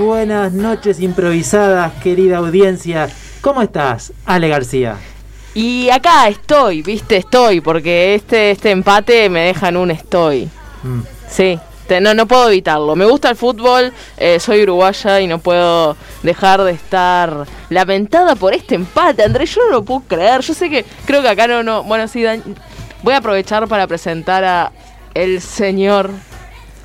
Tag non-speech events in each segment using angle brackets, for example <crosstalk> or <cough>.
buenas noches improvisadas, querida audiencia. ¿Cómo estás, Ale García? Y acá estoy, viste, estoy, porque este, este empate me deja en un estoy. Mm. Sí, te- no, no puedo evitarlo. Me gusta el fútbol, eh, soy uruguaya y no puedo dejar de estar lamentada por este empate. Andrés, yo no lo puedo creer. Yo sé que creo que acá no, no. Bueno, sí, Dan- voy a aprovechar para presentar a el señor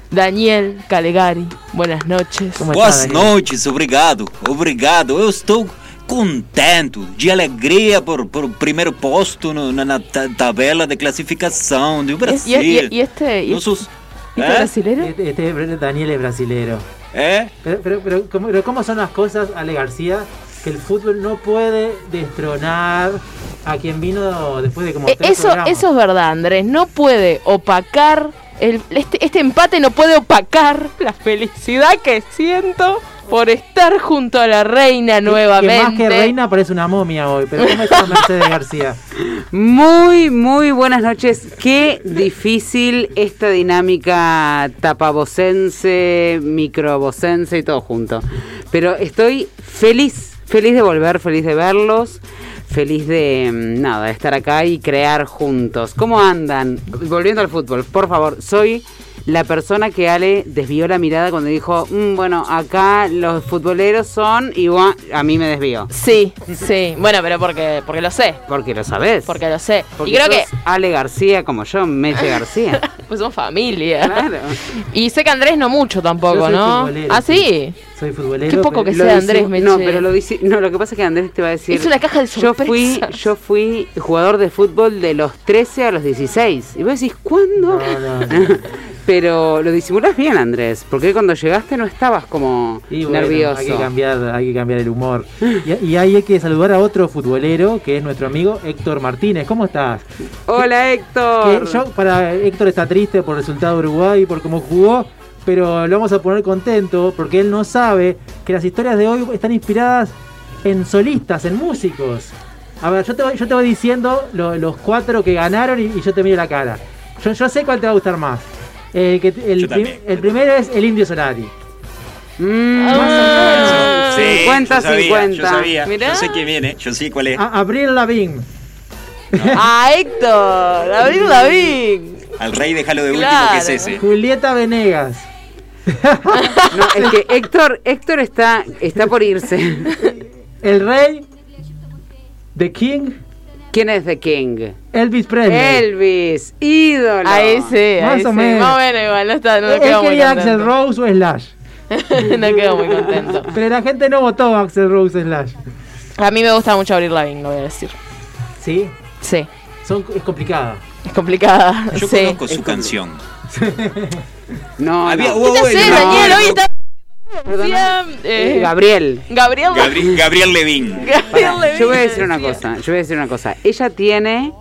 Daniel Calegari. Buenas noches. ¿Cómo Boas está, Daniel? noites, obrigado, obrigado. Eu estou contento, de alegria por, por primeiro posto no- na, na ta- tabela de classificação do Brasil. É? ¿eh? Y, y- y este, y- Nossos- ¿y este brasilero? Este, este Daniel es brasilero. é, é, Pero, pero, pero, ¿cómo, pero ¿cómo son las cosas, Ale García? Que el fútbol no puede destronar a quien vino después de como Eh, tres Eso, programas. eso es verdad, Andrés. No puede opacar. el- este, este empate no puede opacar la felicidad que siento por estar junto a la reina nuevamente. Que más que reina parece una momia hoy. Pero ¿cómo está Mercedes García? Muy, muy buenas noches. Qué difícil esta dinámica tapabocense, microbocense y todo junto. Pero estoy feliz, feliz de volver, feliz de verlos, feliz de mm, nada, de estar acá y crear juntos. ¿Cómo andan? Volviendo al fútbol, por favor, soy la persona que Ale desvió la mirada cuando dijo, "Mm, bueno, acá los futboleros son y guau", a mí me desvió. Sí, sí. Bueno, pero porque, porque lo sé. Porque lo sabes. Porque lo sé. Porque y creo que sos Ale García como yo, Meche García. pues somos familia. claro. Y sé que Andrés no mucho tampoco, Yo soy ¿no? futbolero, Ah, sí. <laughs> Soy futbolero. Qué poco pero- que sé. sea Andrés disim- Meche. No, pero lo dice, no, lo que pasa es que Andrés te va a decir. Es una caja de yo fui, sorpresas. yo fui jugador de fútbol de los 13 a los 16. Y vos decís, ¿cuándo? No, no, no. <laughs> pero lo disimulás bien, Andrés, porque cuando llegaste no estabas como Y bueno, nervioso. Hay que cambiar, hay que cambiar el humor. Y, y ahí hay que saludar a otro futbolero que es nuestro amigo Héctor Martínez. ¿Cómo estás? Hola, Que Héctor. yo, para Héctor está triste por el resultado de Uruguay y por cómo jugó, pero lo vamos a poner contento porque él no sabe que las historias de hoy están inspiradas en solistas, en músicos. A ver, yo te voy, yo te voy diciendo lo- los cuatro que ganaron y, y yo te miro la cara. Yo, yo sé cuál te va a gustar más. El, que- el Yo también. prim- el primero es el Indio Solari. Mm, Ah. más o menos. sim, 50, eu sabia, eu 50. sabia. Mirá. Eu sei quem é, né? Eu sei qual é. A- Abril Lavigne. <laughs> Ah, Héctor. Abril David. Al rei déjalo de último, Claro. que es ese. Julieta Venegas. No, es que Héctor, Héctor está, está por irse. El Rey. The King. ¿Quién es The King? Elvis Presley. Elvis, ídolo. Ahí sí, Más ahí o sí. menos. Más o menos igual, no está, no Él quedó muy quería contento. <laughs> Axel Rose o Slash. <laughs> no quedo muy contento. Pero la gente no votó a Axel Rose Slash. A mí me gusta mucho abrir la bingo, voy a decir. Sí, Sí, son, es complicada. es complicada. Yo sí. conozco su canción. Oh, No, Había- no. hubo- ¿Qué te haces, No, Daniel? no. Hoy está. Perdona. Sí, Eh, eh, Gabriel. Gabriel. Gabri- Gabriel Levin. Gabriel Levine. Yo voy a decir una cosa, yo voy a decir una cosa. Ella tiene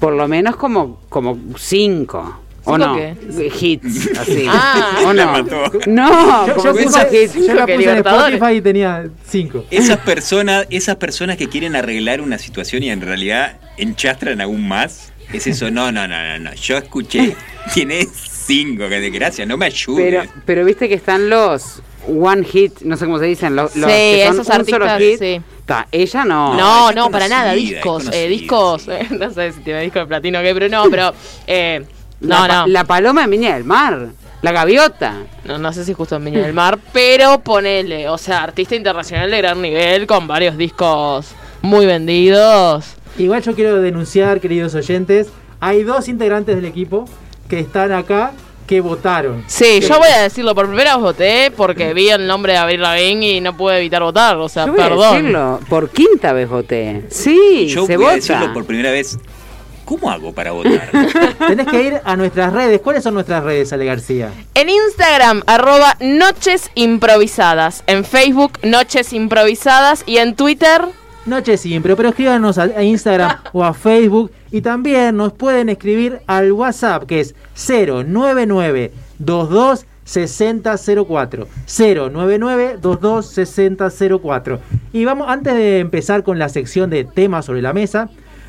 por lo menos como, como cinco. ¿O ¿Cinco no? qué? Hits, así. Ah. ¿O La no? mató. No, como yo cinco puse- hits. yo la que puse en Libertadores. Spotify y tenía cinco. Esas personas, esas personas que quieren arreglar una situación y en realidad enchastran aún más, es eso, no, no, no, no, no. Yo escuché, tiene cinco, que desgracia, no me Pero, ayudes. pero viste que están los one hit, no sé cómo se dicen, los, los Sí, que son esos un solo artistas, hit. sí. Ta, ella no. No, es no, para nada, conocida, discos, es eh, conocida, discos, eh, <laughs> no sé si tiene disco de platino o qué, pero no, pero, eh, La no, pa- no, La paloma de Viña del Mar. La gaviota. no, no sé si justo en Viña del Mar, pero ponele, o sea, artista internacional de gran nivel, con varios discos muy vendidos, Igual yo quiero denunciar, queridos oyentes, hay dos integrantes del equipo que están acá que votaron. Sí, yo voy a decirlo, por primera vez voté porque vi el nombre de Abril Lavigne y no pude evitar votar, o sea, Yo voy a perdón. decirlo, por quinta vez voté. Sí, Yo se voy vota. a decirlo por primera vez. ¿Cómo hago para votar? Tenés que ir a nuestras redes. ¿Cuáles son nuestras redes, Ale García? En Instagram, arroba Noches Improvisadas, en Facebook, Noches Improvisadas y en Twitter, Noche siempre, pero escríbanos a, a Instagram o a Facebook y también nos pueden escribir al WhatsApp que es 099 22 6004 099 22 6004 y vamos antes de empezar con la sección de temas sobre la mesa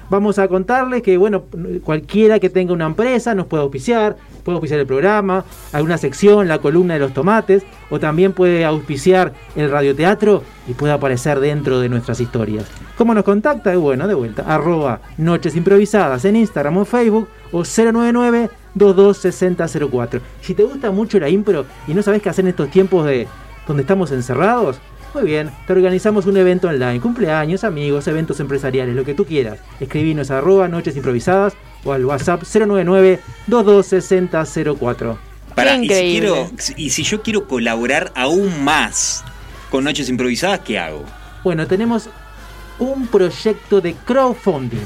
Vamos a contarles que, bueno, cualquiera que tenga una empresa nos puede auspiciar, puede auspiciar el programa, alguna sección, la columna de los tomates, o también puede auspiciar el radioteatro y puede aparecer dentro de nuestras historias. ¿Cómo nos contacta? Bueno, de vuelta, arroba Noches Improvisadas en Instagram o Facebook o 099 226004. Si te gusta mucho la impro y no sabes qué hacer en estos tiempos de donde estamos encerrados, muy bien, te organizamos un evento online, cumpleaños, amigos, eventos empresariales, lo que tú quieras. Escribinos a arroba Noches Improvisadas o al WhatsApp 099 226004. Pará, Qué y, si increíble. quiero, y si yo quiero colaborar aún más con Noches Improvisadas, ¿qué hago? Bueno, tenemos un proyecto de crowdfunding.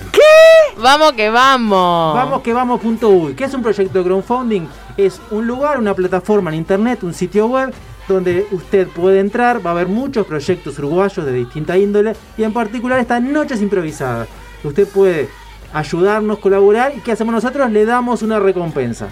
Vamos que vamos. Vamos que vamos.uy. ¿Qué es un proyecto de crowdfunding? Es un lugar, una plataforma en internet, un sitio web donde usted puede entrar, va a haber muchos proyectos uruguayos de distinta índole y en particular estas noches improvisadas. Usted puede ayudarnos, colaborar y ¿qué hacemos nosotros? Le damos una recompensa.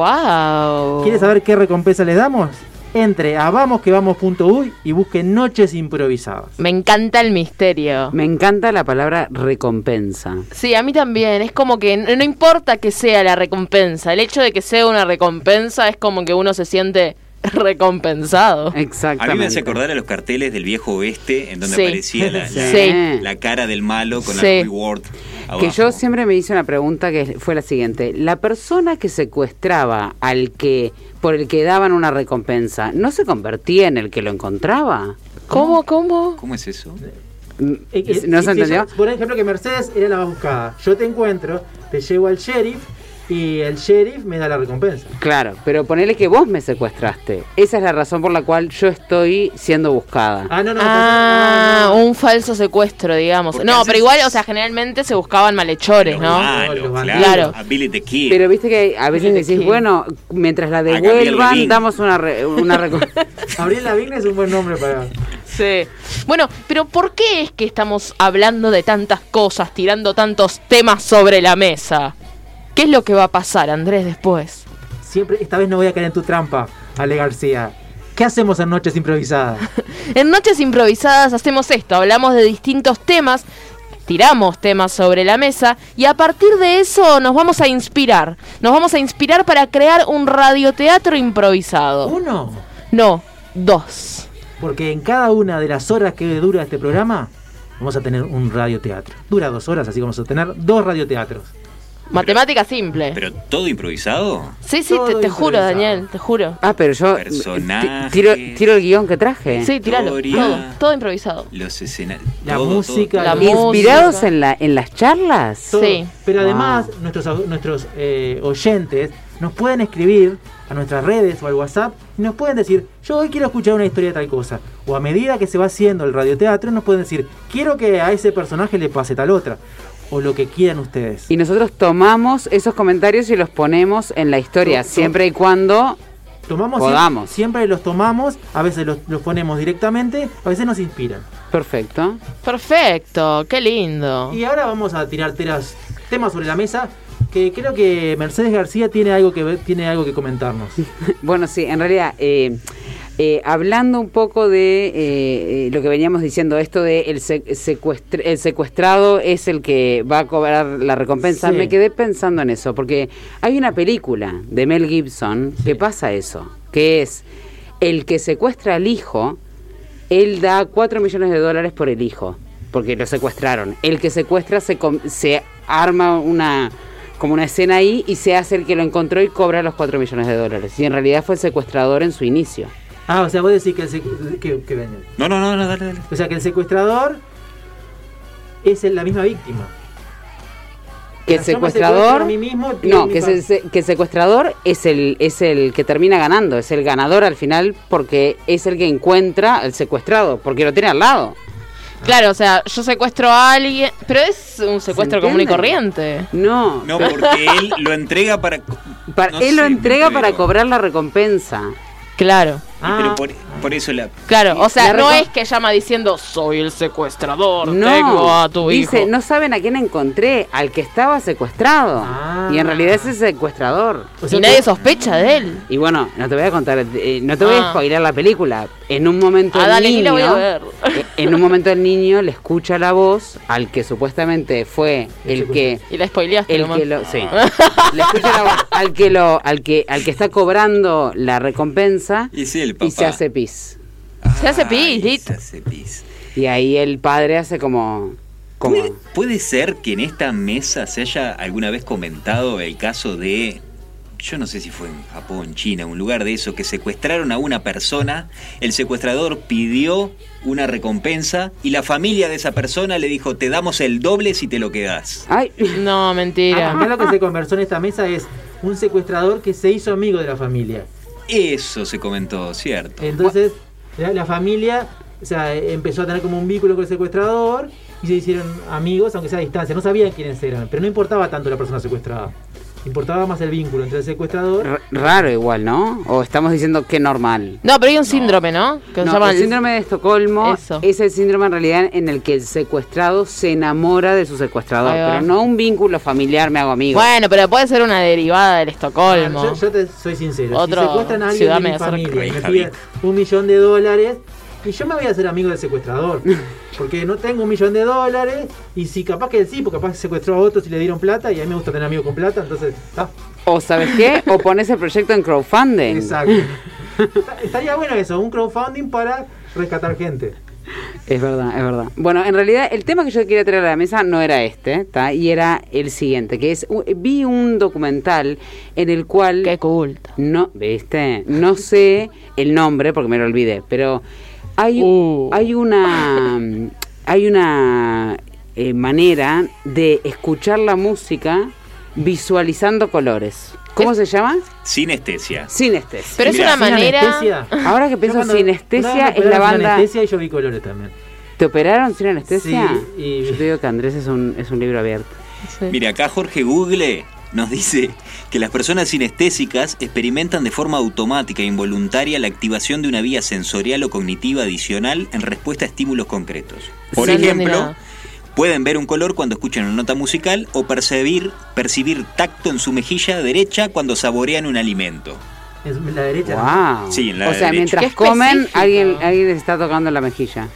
Wow. ¿Quiere saber qué recompensa le damos? Entre a vamosquevamos.uy y busque noches improvisadas. Me encanta el misterio. Me encanta la palabra recompensa. Sí, a mí también. Es como que no no importa que sea la recompensa. El hecho de que sea una recompensa es como que uno se siente <laughs> recompensado. Exactamente. A mí me hace acordar a los carteles del viejo oeste, en donde Sí. <laughs> aparecía la, la- Sí. la cara del malo con Sí. el reward. Que abajo. yo siempre me hice una pregunta que fue la siguiente. La persona que secuestraba al que, por el que daban una recompensa, ¿no se convertía en el que lo encontraba? Mm, ¿Cómo, cómo? ¿Cómo es eso? Eh, eh, ¿No se Oh. sí, entendió? yo- por ejemplo, que Mercedes era la más buscada. Yo te encuentro, te llevo al sheriff y el sheriff me da la recompensa. Claro, pero ponele que vos me secuestraste. Esa es la razón por la cual yo estoy siendo buscada. Ah, no, no. Ah, no, no, no. un falso secuestro, digamos. Porque No, haces- pero igual, o sea, generalmente se buscaban malhechores, Los ¿no? malos, Los bandidos. claro. Claro. A Billy the Kid. Pero viste que a veces Mira decís, quién. bueno, mientras la Gabriel devuelvan, Levin. damos una, re- una <laughs> recompensa. Gabriel Lavigne es un buen nombre para. Sí. Bueno, pero ¿por qué es que estamos hablando de tantas cosas, tirando tantos temas sobre la mesa? ¿Qué es lo que va a pasar, Andrés, después? Siempre, esta vez no voy a caer en tu trampa, Ale García. ¿Qué hacemos en noches <laughs> improvisadas? En Noches Improvisadas hacemos esto, hablamos de distintos temas, tiramos temas sobre la mesa y a partir de eso nos vamos a inspirar. Nos vamos a inspirar para crear un radioteatro improvisado. Uno, No, dos. porque en cada una de las horas que dura este programa, vamos a tener un radioteatro. Dura dos horas, así que vamos a tener dos radioteatros. Matemática simple. Pero todo improvisado. sí, sí, todo te, te juro, improvisado. Daniel, te juro. Ah, pero yo ti- Personajes. tiro, tiro el guión que traje. Sí, tiralo. Historia. Todo, todo improvisado. Los escenarios. La música, La Inspirados música. en, la, en las charlas. todo. Sí. Pero Wow. además, nuestros, au- nuestros eh, oyentes nos pueden escribir a nuestras redes o al WhatsApp y nos pueden decir, yo hoy quiero escuchar una historia de tal cosa. O a medida que se va haciendo el radioteatro, nos pueden decir, quiero que a ese personaje le pase tal otra. O lo que quieran ustedes. Y nosotros tomamos esos comentarios y los ponemos en la historia, To- to- siempre y cuando... Tomamos Podamos. Siempre, siempre los tomamos, a veces los, los ponemos directamente, a veces nos inspiran. Perfecto. Perfecto, qué lindo. Y ahora vamos a tirar teras- temas sobre la mesa que creo que Mercedes García tiene algo que ver- tiene algo que comentarnos. <laughs> Bueno, sí, en realidad, eh, eh, hablando un poco de eh, eh, lo que veníamos diciendo, esto de el, se- secuestre- el secuestrado es el que va a cobrar la recompensa, Sí. me quedé pensando en eso, porque hay una película de Mel Gibson que pasa eso, que es el que secuestra al hijo, él da 4 millones de dólares por el hijo, porque lo secuestraron. El que secuestra se, com- se arma una como una escena ahí y se hace el que lo encontró y cobra los 4 millones de dólares. Y en realidad fue el secuestrador en su inicio. Ah, o sea, vos decís que el, sec- que- que ven- No, no, no, no, dale, dale. o sea, que el secuestrador es el- la misma víctima. Que el O sea, yo me secuestro secuestrador... a mí mismo, pido No, mi que, pa- se- se- que el secuestrador es el, es el que termina ganando, es el ganador al final porque es el que encuentra al secuestrado, porque lo tiene al lado. Claro, o sea, yo secuestro a alguien, pero es un secuestro ¿Se común y entiende? corriente. No, ¿Eh? No, porque él lo entrega para. para- no él lo sé, entrega pero- para cobrar la recompensa. Claro, Ah, Pero por, por eso la. claro. O sea, La no reco- es que llama diciendo soy el secuestrador, tengo a tu dice, hijo. no saben a quién encontré, al que estaba secuestrado. Ah. Y en realidad es el secuestrador. o sea y que- nadie sospecha de él. Y bueno, no te voy a contar, eh, no te voy a Ah. spoiler la película. En un momento Ah, el dale, ni la niño, voy a ver. eh, en un momento el niño le escucha la voz al que supuestamente fue el que Y la spoileaste, el nomás. que lo, <laughs> sí. Le escucha la voz al que lo al que al que está cobrando la recompensa Y sí, el papá. y se hace pis. Se hace Ay, pis, lit. Se hace pis. Y ahí el padre hace como como ¿Puede, puede ser que en esta mesa se haya alguna vez comentado el caso de. Yo no sé si fue en Japón, China, un lugar de eso, que secuestraron a una persona, el secuestrador pidió una recompensa y la familia de esa persona le dijo, te damos el doble si te lo quedas. Ay, No, mentira. Acá Ah, lo que se conversó en esta mesa es un secuestrador que se hizo amigo de la familia. Eso se comentó, ¿cierto? Entonces, la, la familia o sea, eh, empezó a tener como un vínculo con el secuestrador y se hicieron amigos, aunque sea a distancia. No sabían quiénes eran, pero no importaba tanto la persona secuestrada. Importaba más el vínculo entre el secuestrador. r- raro igual, ¿no? O estamos diciendo que normal. No, pero hay un síndrome, ¿no? Que se No, llama el síndrome de Estocolmo Eso. es el síndrome en realidad en el que el secuestrado se enamora de su secuestrador, Ahí va. pero no un vínculo familiar, me hago amigo. Bueno, pero puede ser una derivada del Estocolmo. Ah, Yo, yo te soy sincero. Otro si secuestran a alguien ciudad de mi medio familia y me cerca. piden un millón de dólares, y yo me voy a hacer amigo <laughs> del secuestrador. Porque no tengo un millón de dólares, y si capaz que él sí, porque capaz secuestró a otros y le dieron plata, y a mí me gusta tener amigos con plata, entonces, ah, O sabes qué, o pones el proyecto en crowdfunding. exacto. Está- Estaría bueno eso, un crowdfunding para rescatar gente. Es verdad, es verdad. Bueno, en realidad el tema que yo quería traer a la mesa no era este, ¿tá? y era el siguiente, que es, u- vi un documental en el cual... Qué culto. No, viste, no sé el nombre porque me lo olvidé, pero hay, Uh. hay una hay una eh, manera de escuchar la música visualizando colores. ¿Cómo se llama? Sinestesia. Sinestesia. Pero es Mira, una ¿Sin manera. anestesia? Ahora que Yo pienso cuando- sinestesia una vez me es la operaron sin banda. Anestesia y yo vi colores también. ¿Te operaron sin anestesia? Sí, y- Yo te digo que Andrés es un, es un libro abierto. Sí. Mira, acá Jorge Google nos dice que las personas sinestésicas experimentan de forma automática e involuntaria la activación de una vía sensorial o cognitiva adicional en respuesta a estímulos concretos. Por No entendí ejemplo, nada. pueden ver un color cuando escuchan una nota musical o percibir, percibir tacto en su mejilla derecha cuando saborean un alimento. En la derecha. Wow. Sí, en la o sea, derecha. mientras Qué comen, específico. alguien, alguien les está tocando la mejilla.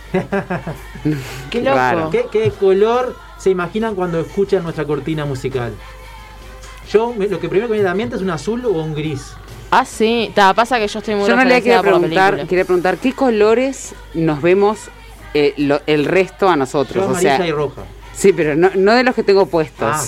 Qué loco. Raro. ¿Qué, qué color se imaginan cuando escuchan nuestra cortina musical? Yo me- lo que primero que me viene a la mente es un azul o un gris. Ah, sí. Ta, pasa que yo estoy muy Yo no le quería referenciada por la preguntar, película. quería preguntar qué colores nos vemos eh, lo- el resto a Yo nosotros. O amarilla sea, y roja. sí, pero no, no de los que tengo puestos. Ah.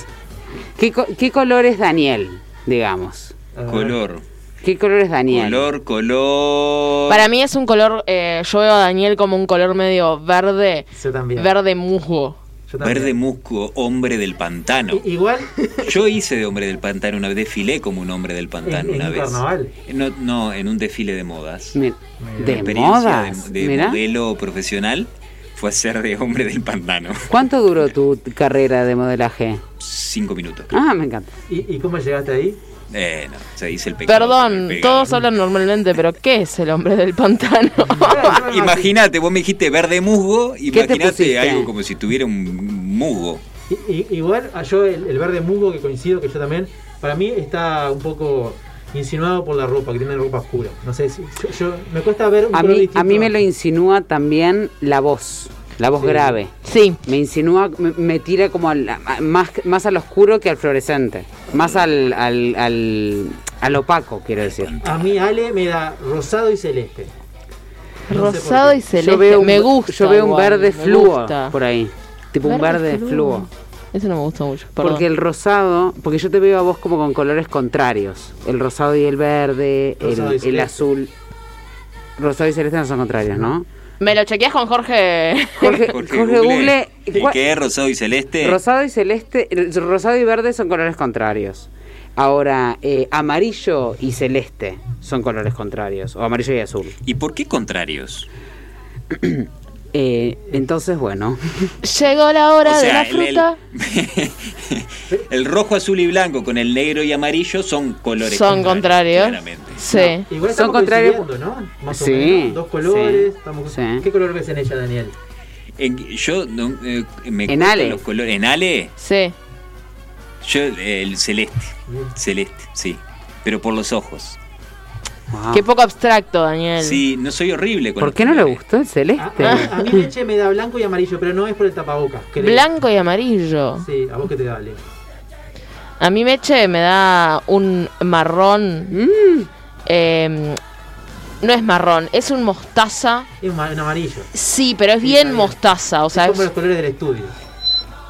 ¿Qué, co- qué color es Daniel, digamos? A ver. Color, ¿Qué color es Daniel? color, color. Para mí es un color. eh, yo veo a Daniel como un color medio verde. Yo también. Verde musgo. Yo también. Verde musco, hombre del pantano. I- Igual. <laughs> Yo hice de hombre del pantano una vez, desfilé como un hombre del pantano ¿En- en una un vez. carnaval? No, no, en un desfile de modas. Mi- Mira. de experiencia modas. de, de mirá. modelo profesional fue hacer de hombre del pantano. ¿Cuánto duró tu carrera de modelaje? Cinco minutos. Ah, me encanta. ¿Y, y cómo llegaste ahí? Eh, no, se dice el pecado. Perdón, todos hablan normalmente, pero ¿qué es el hombre del pantano? Yo me Imagínate, vos me dijiste verde musgo, te imagínate pusiste? algo como si tuviera un musgo. I- i- Igual a ah, yo el, el verde musgo que coincido que yo también, para mí está un poco insinuado por la ropa, que tiene ropa oscura. No sé si yo, yo- me cuesta ver un A color mí, distinto. a mí me lo insinúa también la voz, la voz Sí. grave. sí. Me insinúa, me, me tira como al- a- más, más al oscuro que al fluorescente. Más al, al, al, al opaco, quiero decir. a mí Ale me da rosado y celeste. No sé por Rosado qué. y celeste. Yo veo un, me gusta. yo veo un igual, verde me fluo gusta. por ahí. Tipo un verde fluo. Eso no me gusta mucho. perdón. Porque el rosado, porque yo te veo a vos como con colores contrarios. El rosado y el verde, el, Rosado y el celeste. azul. Rosado y celeste no son contrarios, ¿no? Me lo chequeas con Jorge. Jorge, <laughs> Jorge, Jorge Google, ¿El ¿cuál- qué? Rosado y celeste. Rosado y celeste, el rosado y verde son colores contrarios. Ahora, eh, amarillo y celeste son colores contrarios, o amarillo y azul. ¿Y por qué contrarios? <clears throat> Eh, entonces, bueno, <laughs> Llegó la hora de O sea, la el- el- fruta. el rojo, azul y blanco con el negro y amarillo son colores Son contrarios. claramente. Sí. Son Igual estamos contrarios- coincidiendo, ¿no? Más Sí, o menos. Dos colores. sí, estamos- sí. ¿Qué color ves en ella, Daniel? En- yo no, eh, me En gustan Ale. los colores. En Ale, Sí. yo eh, el celeste. Celeste, sí. Pero por los ojos. Wow. Qué poco abstracto, Daniel. Ah, Sí, no soy horrible con ¿Por los qué no le colores. gustó el A, celeste? a- a mí leche me da blanco y amarillo, pero no es por el tapabocas. creo. Blanco y amarillo. Sí, a vos que te da, Ale. A mí Meche me da un marrón. Mm, eh, no es marrón, es un mostaza. Es ma- en amarillo. Sí, pero es Sí, bien está bien. mostaza, o sea, Son como es- los colores del estudio.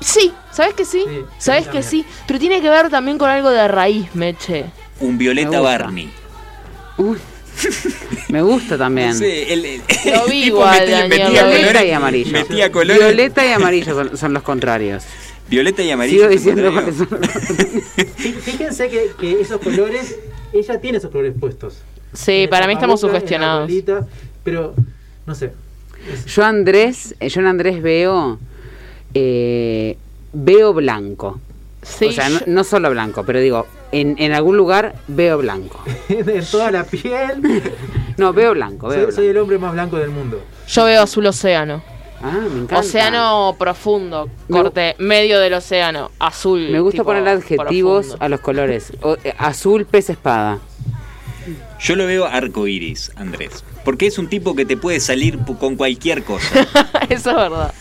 sí, ¿sabes que sí? Sí, ¿Sabes sí, que también. sí? Pero tiene que ver también con algo de raíz, Meche. Un Violeta Me gusta. Barney. uy. Me gusta también. No sé, el, el- Lo el vi tipo igual, metía, Daniel, metía lo vi. colores. Violeta y amarillo. Metía colores. Violeta y amarillo son, son los contrarios. Violeta y amarillo. Sigo te diciendo contradigo. cuáles son los contrarios. Fí- Fíjense que, que esos colores, ella tiene esos colores puestos. En Sí, el para mí estamos tapabocas, en la sugestionados. bolita, Pero, no sé. <laughs> Es- Yo a Andrés, eh, yo en Andrés veo eh, veo blanco. Sí, o sea, no, yo- no solo blanco, pero digo, en, en algún lugar veo blanco. en toda la piel. No, veo blanco, veo Soy, soy el blanco. hombre más blanco del mundo. yo veo azul océano. Ah, me encanta. Océano profundo, Me gu- corte medio del océano, azul. Me gusta tipo, poner adjetivos profundo. a los colores. O- eh, azul, pez, espada. Yo lo veo arco iris, Andrés. Porque es un tipo que te puede salir pu- con <laughs> cualquier cosa. <laughs> Eso es verdad.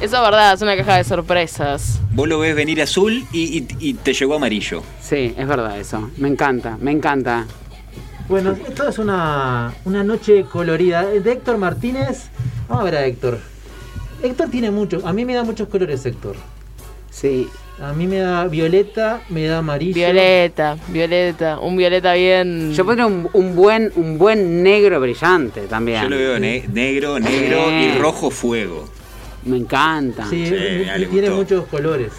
Eso es verdad, es una caja de sorpresas. Vos lo ves venir azul y, y- y te llegó amarillo. Sí, es verdad eso. Me encanta, me encanta. Bueno, esto es una, una noche colorida. De Héctor Martínez. Vamos a ver a Héctor. Héctor tiene muchos. A mí me da muchos colores, Héctor. Sí. A mí me da violeta, me da amarillo. Violeta, violeta, un violeta bien. Yo pondría un, un buen un buen negro brillante también. Yo lo veo ne- negro, negro Sí. y rojo fuego. Me encanta. Sí, Sí, ya le tiene gustó. muchos colores.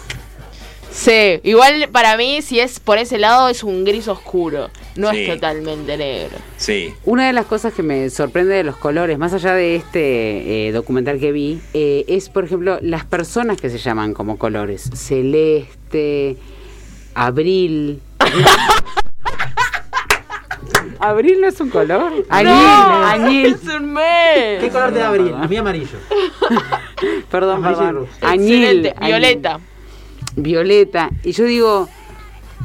Sí, igual para mí, si es por ese lado, es un gris oscuro. No Sí. es totalmente negro. Sí. Una de las cosas que me sorprende de los colores, más allá de este eh, documental que vi, eh, es, por ejemplo, las personas que se llaman como colores. Celeste, <laughs> Abril. ¿Abril no es un color? Añil, ¡No! añil. ¡Es un mes! ¿Qué color te da perdón, abril? A mí amarillo. <laughs> Perdón, Amarillo y perdón. rojo. Añil. Excelente. Violeta. añil, Violeta. Y yo digo,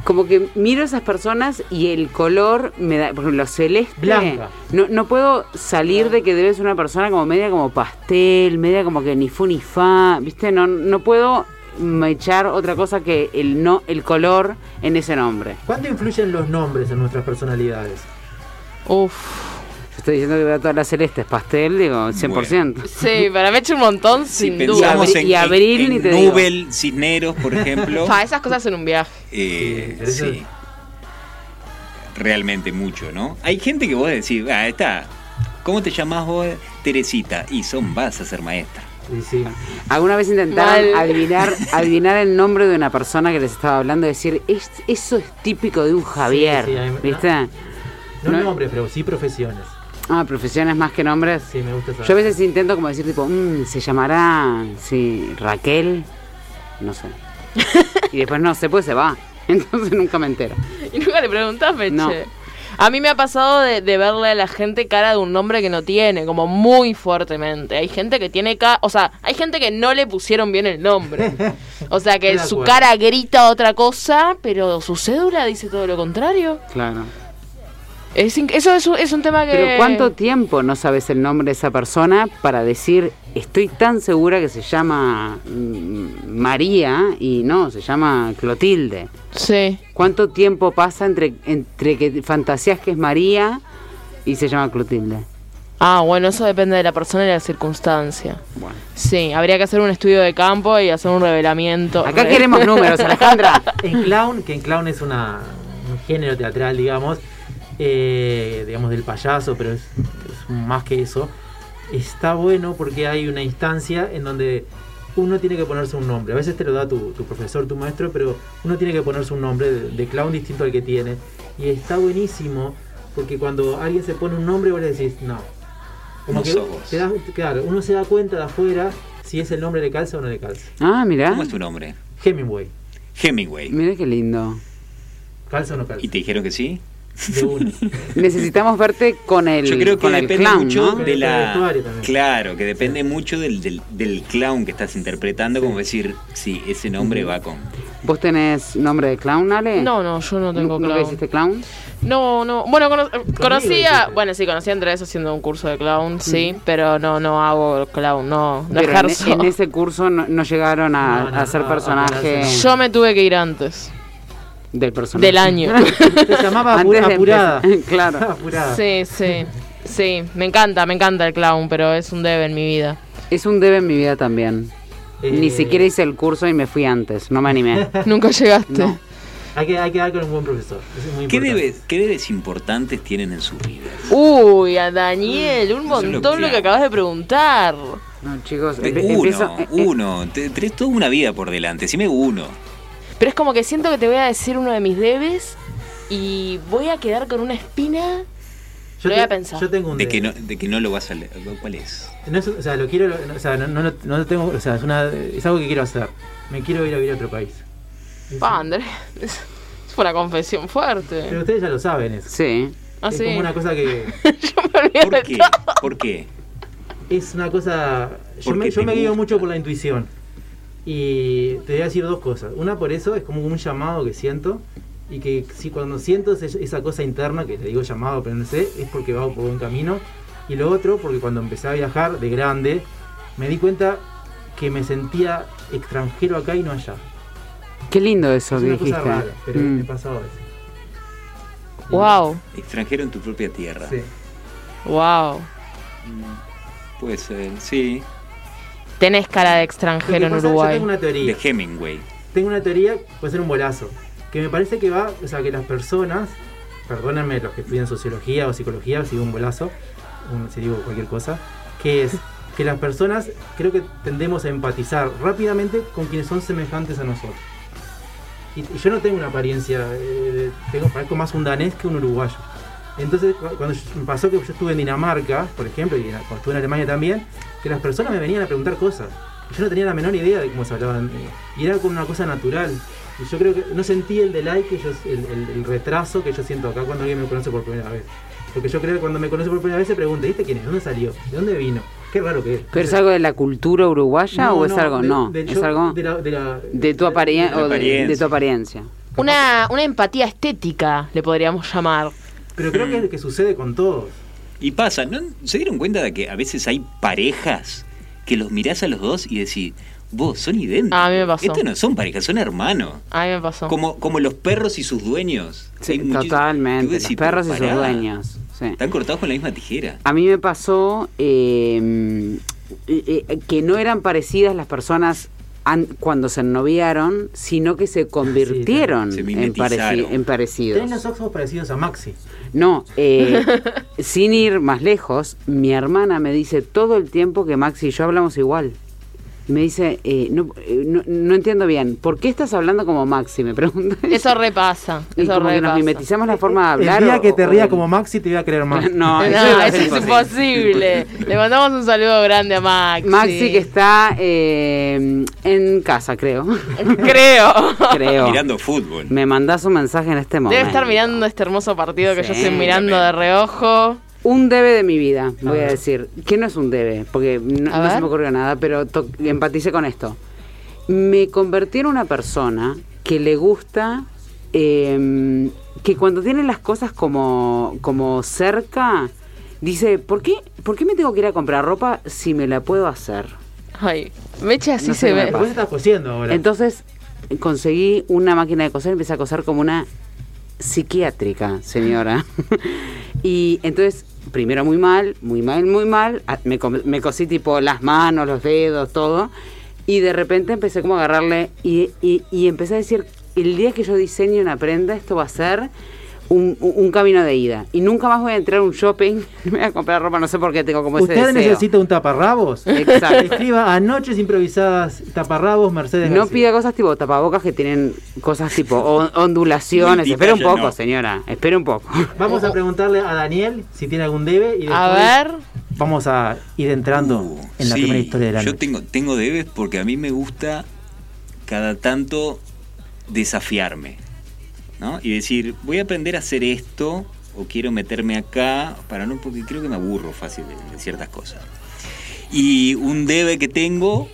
como que miro a esas personas y el color me da, por ejemplo, celeste. Blanca. No, no puedo salir de que debes una persona como media como pastel, media como que ni fu ni fa, ¿viste? No, no puedo echar otra cosa que el no el color en ese nombre. ¿Cuánto influyen los nombres en nuestras personalidades? Uf. Yo estoy diciendo que veo todas las celestes pastel, digo, 100%. Sí, para mí echa un montón, Si sin duda. pensamos Abri- en, y abril, en- ni en te digo. Nubel, Cisneros, <laughs> por ejemplo. Fa, esas cosas en un viaje. <laughs> eh, Sí, eso- sí. Realmente mucho, ¿no? Hay gente que vos decís, ah, está. ¿Cómo te llamás vos? Teresita. Y son, vas a ser maestra. Y sí. ¿Alguna vez intentaron Mal. adivinar, adivinar el nombre de una persona que les estaba hablando y decir, "Es- eso es típico de un Javier? sí, a mí me- ¿Viste? No, No- nombres, pero sí profesiones. Ah, profesiones más que nombres. Sí, me gusta saber. Yo a veces intento como decir tipo, "Mm, se llamará, sí, Raquel, no sé. Y después no sé, pues se va. <laughs> Entonces nunca me entero. Y nunca le preguntás, Meche. No. A mí me ha pasado de, de verle a la gente cara de un nombre que no tiene, como muy fuertemente. Hay gente que tiene cara, o sea, hay gente que no le pusieron bien el <laughs> nombre. O sea, que Estoy de su acuerdo. cara grita otra cosa, pero su cédula dice todo lo contrario. Claro. Es inc- eso es, un- es un tema que... Pero ¿cuánto tiempo no sabes el nombre de esa persona para decir, estoy tan segura que se llama mm, María y no, se llama Clotilde? Sí. ¿Cuánto tiempo pasa entre, entre que fantaseas que es María y se llama Clotilde? Ah, bueno, eso depende de la persona y la circunstancia. Bueno. Sí, habría que hacer un estudio de campo y hacer un revelamiento. Acá Re- queremos <laughs> números, Alejandra. En clown, que en clown es una, un género teatral, digamos, eh, digamos del payaso, pero es, es más que eso, está bueno porque hay una instancia en donde uno tiene que ponerse un nombre. A veces te lo da tu, tu profesor, tu maestro, pero uno tiene que ponerse un nombre de, de clown distinto al que tiene. Y está buenísimo porque cuando alguien se pone un nombre, vos le decís, no. No que sos vos. te das- claro, uno se da cuenta de afuera si es el nombre le calza o no le calza. Ah, mirá. ¿Cómo es tu nombre? Hemingway, Hemingway. Mirá qué lindo. calza o no calza. ¿Y te dijeron que sí? De <laughs> una. Necesitamos verte con el, Yo creo que con el depende clown, mucho ¿no? de la. Vestuario también. Claro, que depende mucho del, del, del clown que estás interpretando, como decir, sí, ese nombre va con. ¿Vos tenés nombre de clown, Ale? No, no, yo no tengo ¿Nunca clown. hiciste clown? No, <laughs> no. Bueno, cono- hiciste. conocía. Bueno, sí, conocí a Andrés haciendo un curso de clown, sí, pero no, no hago clown, no, no Pero en, e-, ejerzo. en ese curso no, no llegaron a, No, no, a ser no, personaje no, Yo me tuve que ir antes del personaje. del año. Te llamaba apu- Antes de apurada. empezar, <laughs> claro. apurada. sí, sí. Sí, me encanta, me encanta el clown, pero es un debe en mi vida. <laughs> Es un debe en mi vida también. Ni Eh, siquiera hice el curso y me fui antes, no me <laughs> animé. Nunca llegaste. No. Hay que, hay que dar con un buen profesor. Eso es muy ¿Qué importante. debes, ¿Qué debes importantes tienen en sus vidas? Uy, a Daniel, un Mm. Eso es lo montón lo claro. que acabas de preguntar. No, chicos, Te- empe- Uno, empiezo- eh, eh, uno. Te- Tenés toda una vida por delante. Decime uno. Pero es como que siento que te voy a decir uno de mis debes y voy a quedar con una espina. Yo, Lo voy a te- pensar. yo tengo un De debe. que, no, de que no lo vas a leer. ¿Cuál es? No es- o sea, lo quiero, lo- o sea, no, no, lo- no lo tengo, o sea, es, una, es algo que quiero hacer. Me quiero ir a vivir a otro país. Pa, Andrés. <laughs> Fue una confesión Pero fuerte. ustedes ya lo saben eso. Sí. Ah, es sí. como una cosa que <laughs> Yo me olvidé de <laughs> ¿Por qué? todo. ¿Por qué? es una cosa yo Porque me, yo te me guío gusta. mucho por la intuición. Y te voy a decir dos cosas. Una por eso es como un llamado que siento y que si cuando siento ese- esa cosa interna que te digo llamado, pero no sé, es porque va por buen camino. Y lo otro porque cuando empecé a viajar de grande me di cuenta que me sentía extranjero acá y no allá. Qué lindo eso Es que una dijiste. cosa rara, pero Mm. me pasó a veces. Wow, Extranjero en tu propia tierra. Sí. wow. Puede ser, sí. Tenés cara de Lo que extranjero en pasa, Yo Uruguay. tengo una teoría. De Hemingway. tengo una teoría, puede ser un bolazo, que me parece que va, o sea, que las personas, perdónenme los que estudian sociología o psicología, si digo un bolazo, un- si digo cualquier cosa, que <laughs> es que las personas creo que tendemos a empatizar rápidamente con quienes son semejantes a nosotros. Y, y yo no tengo una apariencia, eh, tengo, parezco más un danés que un uruguayo. Entonces, cu- cuando yo- me pasó que yo estuve en Dinamarca, por ejemplo, y en- cuando estuve en Alemania también, que las personas me venían a preguntar cosas. Yo no tenía la menor idea de cómo se hablaban. eh, Y era como una cosa natural. Y yo creo que no sentí el delay, que yo, el, el- el retraso que yo siento acá cuando alguien me conoce por primera vez. Porque yo creo que cuando me conoce por primera vez se pregunta, ¿viste quién es? ¿Dónde salió? ¿De dónde vino? Qué raro que es. ¿Pero es algo de la cultura uruguaya No, o es no, algo? de- no, de- es yo- algo De, de, la- de la- tu aparien- de la o de- apariencia. de tu apariencia. Una, una empatía estética, le podríamos llamar. Pero creo que es lo que sucede con todos. Y pasa, ¿no? ¿Se dieron cuenta de que a veces hay parejas que los mirás a los dos y decís, vos, son idénticos? Ah, A mí me pasó. Estos no son parejas, son hermanos. A mí me pasó. Como, como los perros y sus dueños. Sí, Hay muchis- que vos totalmente. decís, Los perros y pero sus pará, dueños. Sí. Están cortados con la misma tijera. A mí me pasó eh, eh, eh, que no eran parecidas las personas an- cuando se noviaron, sino que Ah, se convirtieron se en, pareci- mimetizaron. en Tenés los parecidos. ojos parecidos a Maxi. No, eh, sin ir más lejos, mi hermana me dice todo el tiempo que Maxi y yo hablamos igual. Y me dice, eh, no, eh, no, no entiendo bien, ¿por qué estás hablando como Maxi? Me pregunta. Eso repasa. Y Eso como que nos repasa. mimetizamos la forma de hablar. el día o- que te o rías el- como Maxi te voy a creer más. <laughs> No, No, eso Ah, eso, iba a ser <laughs> es imposible. Le mandamos un saludo grande a Maxi. Maxi que está eh, en casa, creo. <laughs> Creo. creo. Mirando fútbol. Me mandás un mensaje en este momento. Debe estar mirando este hermoso partido que Sí, yo estoy mirando de reojo. Un debe de mi vida, voy a ver. decir. Que no es un debe, porque no, A no se ver. me ocurrió nada, pero to- empaticé con esto. Me convertí en una persona que le gusta eh, que cuando tiene las cosas como, como cerca, dice, ¿por qué, ¿por qué me tengo que ir a comprar ropa si me la puedo hacer? Ay, Meche así No sé se qué me ve. Vos estás cosiendo ahora. Entonces conseguí una máquina de coser, y empecé a coser como una psiquiátrica, señora. y entonces, primero muy mal, muy mal, muy mal, a- me, co- me cosí tipo las manos, los dedos, todo. Y de repente empecé como a agarrarle y, y- y empecé a decir, el día que yo diseñe una prenda, esto va a ser un, un- un camino de ida. Y nunca más voy a entrar a un shopping, <laughs> me voy a comprar ropa, no sé por qué tengo como ese ¿Usted pues, deseo. necesita un taparrabos? Exacto. Escriba a noches improvisadas taparrabos Mercedes No García. pida cosas tipo tapabocas que tienen cosas tipo on- ondulaciones. Multiplayer, Espera un poco, no. señora. Espera un poco. <laughs> Vamos a preguntarle a Daniel si tiene algún debe y después A ver. vamos a ir entrando Uh, en la sí, primera historia de la Yo noche. tengo, tengo debes porque a mí me gusta cada tanto desafiarme. ¿no? Y decir, voy a aprender a hacer esto o quiero meterme acá para no, porque creo que me aburro fácil de, de ciertas cosas. Y un debe que tengo,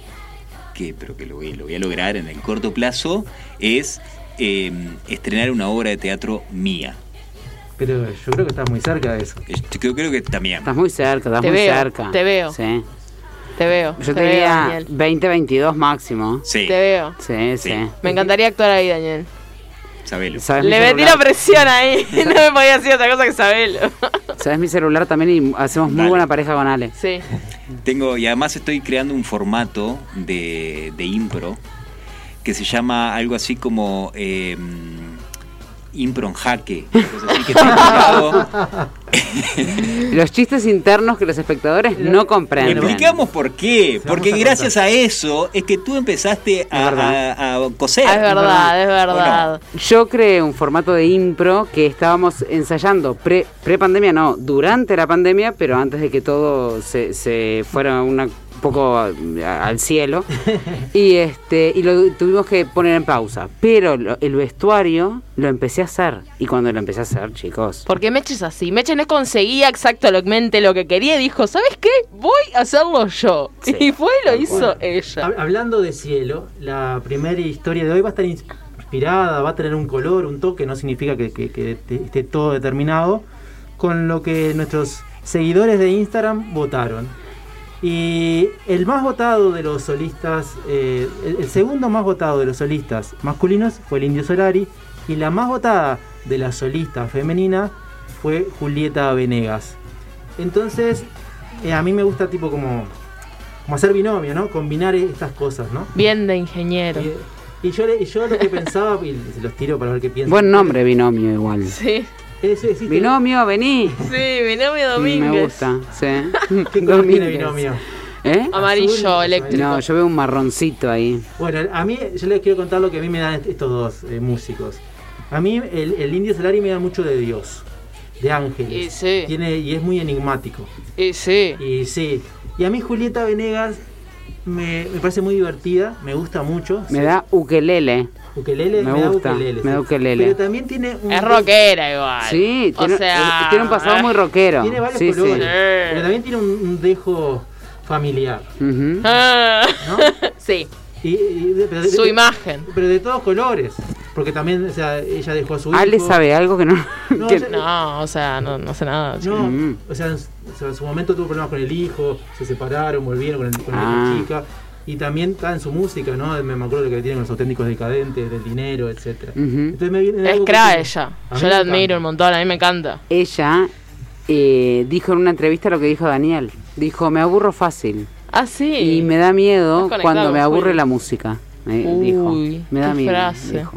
que, pero que lo voy, lo voy a lograr en el corto plazo, es eh, estrenar una obra de teatro mía. Pero yo creo que estás muy cerca de eso. Yo creo que también. Estás muy cerca, estás Te muy veo, cerca. te veo. Sí. Te veo. Yo te te veo, diría Daniel. 2022 máximo. Sí, Te veo. Sí, sí. Sí. Me encantaría actuar ahí, Daniel. sabelo. ¿Sabes mi Le metí celular? la <laughs> presión ahí. No me podía decir otra cosa que Sabelo. Sabes mi celular también y hacemos muy Dale. buena pareja con Ale. Sí. Tengo, y además estoy creando un formato de, de impro que se llama algo así como eh, impro en jaque. cosas así que <laughs> estoy buscando. <laughs> Los chistes internos que los espectadores no comprenden. Explicamos por qué. a Porque contar. gracias a eso es que tú empezaste a, verdad. a- a coser. Ah, es verdad, es verdad. Yo creé un formato de impro que estábamos ensayando pre- pre-pandemia, no, durante la pandemia, pero antes de que todo se, se fuera una- un poco a- a- al <laughs> cielo. Y este y lo tuvimos que poner en pausa. Pero lo- el vestuario lo empecé a hacer. Y cuando lo empecé a hacer, chicos, Porque Meche es así. Meche no conseguía exactamente lo que quería y dijo, ¿sabes qué? Voy a hacerlo yo. Sí, y fue y lo tal hizo cual. ella. Hab- Hablando de cielo, la primera historia de hoy va a estar inspirada, va a tener un color, un toque, no significa que, que- que te- esté todo determinado, con lo que nuestros seguidores de Instagram votaron. Y el más votado de los solistas, eh, el, el segundo más votado de los solistas masculinos fue el Indio Solari, y la más votada de la solista femenina fue Julieta Venegas. Entonces, eh, a mí me gusta tipo como como hacer binomio, ¿no? Combinar estas cosas, ¿no? Bien de ingeniero. Y, y yo, le- y yo lo que pensaba, y se los tiro para ver qué piensan. buen nombre binomio igual. Sí. Eso existe. Binomio, vení. Sí, mi nombre es Domínguez. Me gusta, sí. <laughs> ¿Qué color tiene Domínguez. binomio? ¿Eh? Amarillo, Azul, eléctrico. No, yo veo un marroncito ahí. Bueno, a mí, yo les quiero contar lo que a mí me dan est- estos dos eh, músicos. A mí, el, el Indio Solari me da mucho de Dios, de ángeles. Y sí. Tiene, y es muy enigmático. Y sí. Y sí. Y a mí, Julieta Venegas me, me parece muy divertida, me gusta mucho. Me da ukelele. Ukelele, me me, da gusta, ukelele, me da sí. ukelele. Pero también tiene un. Es rockera igual. Sí, O tiene, sea, eh, tiene un pasado muy rockero. Tiene varios sí, sí. colores, Sí. pero también tiene un, un dejo familiar, Ujú. Ah. ¿no? <laughs> Sí, Y- y de- pero de- su de- imagen. Pero de todos colores, porque también, o sea, ella dejó a su hijo. Ale sabe algo que no. No, que- yo- No, o sea, no, no sé nada. No, Mm. o sea, en su- o sea, en su momento tuvo problemas con el hijo, se separaron, volvieron con, el- con Ah. la chica. Y también está en su música, ¿no? Me me acuerdo lo que tiene con los auténticos decadentes, del dinero, etcétera Ujú. Entonces me viene Es algo que cra tiene- ella. A mí Yo me la admiro encanta. un montón, a mí me encanta. Ella eh, dijo en una entrevista lo que dijo Daniel. Dijo, me aburro fácil. Ah, sí. Y me da miedo Estás cuando conectado, me aburre Juli. la música. me Uy, dijo. Me da qué miedo. frase. dijo.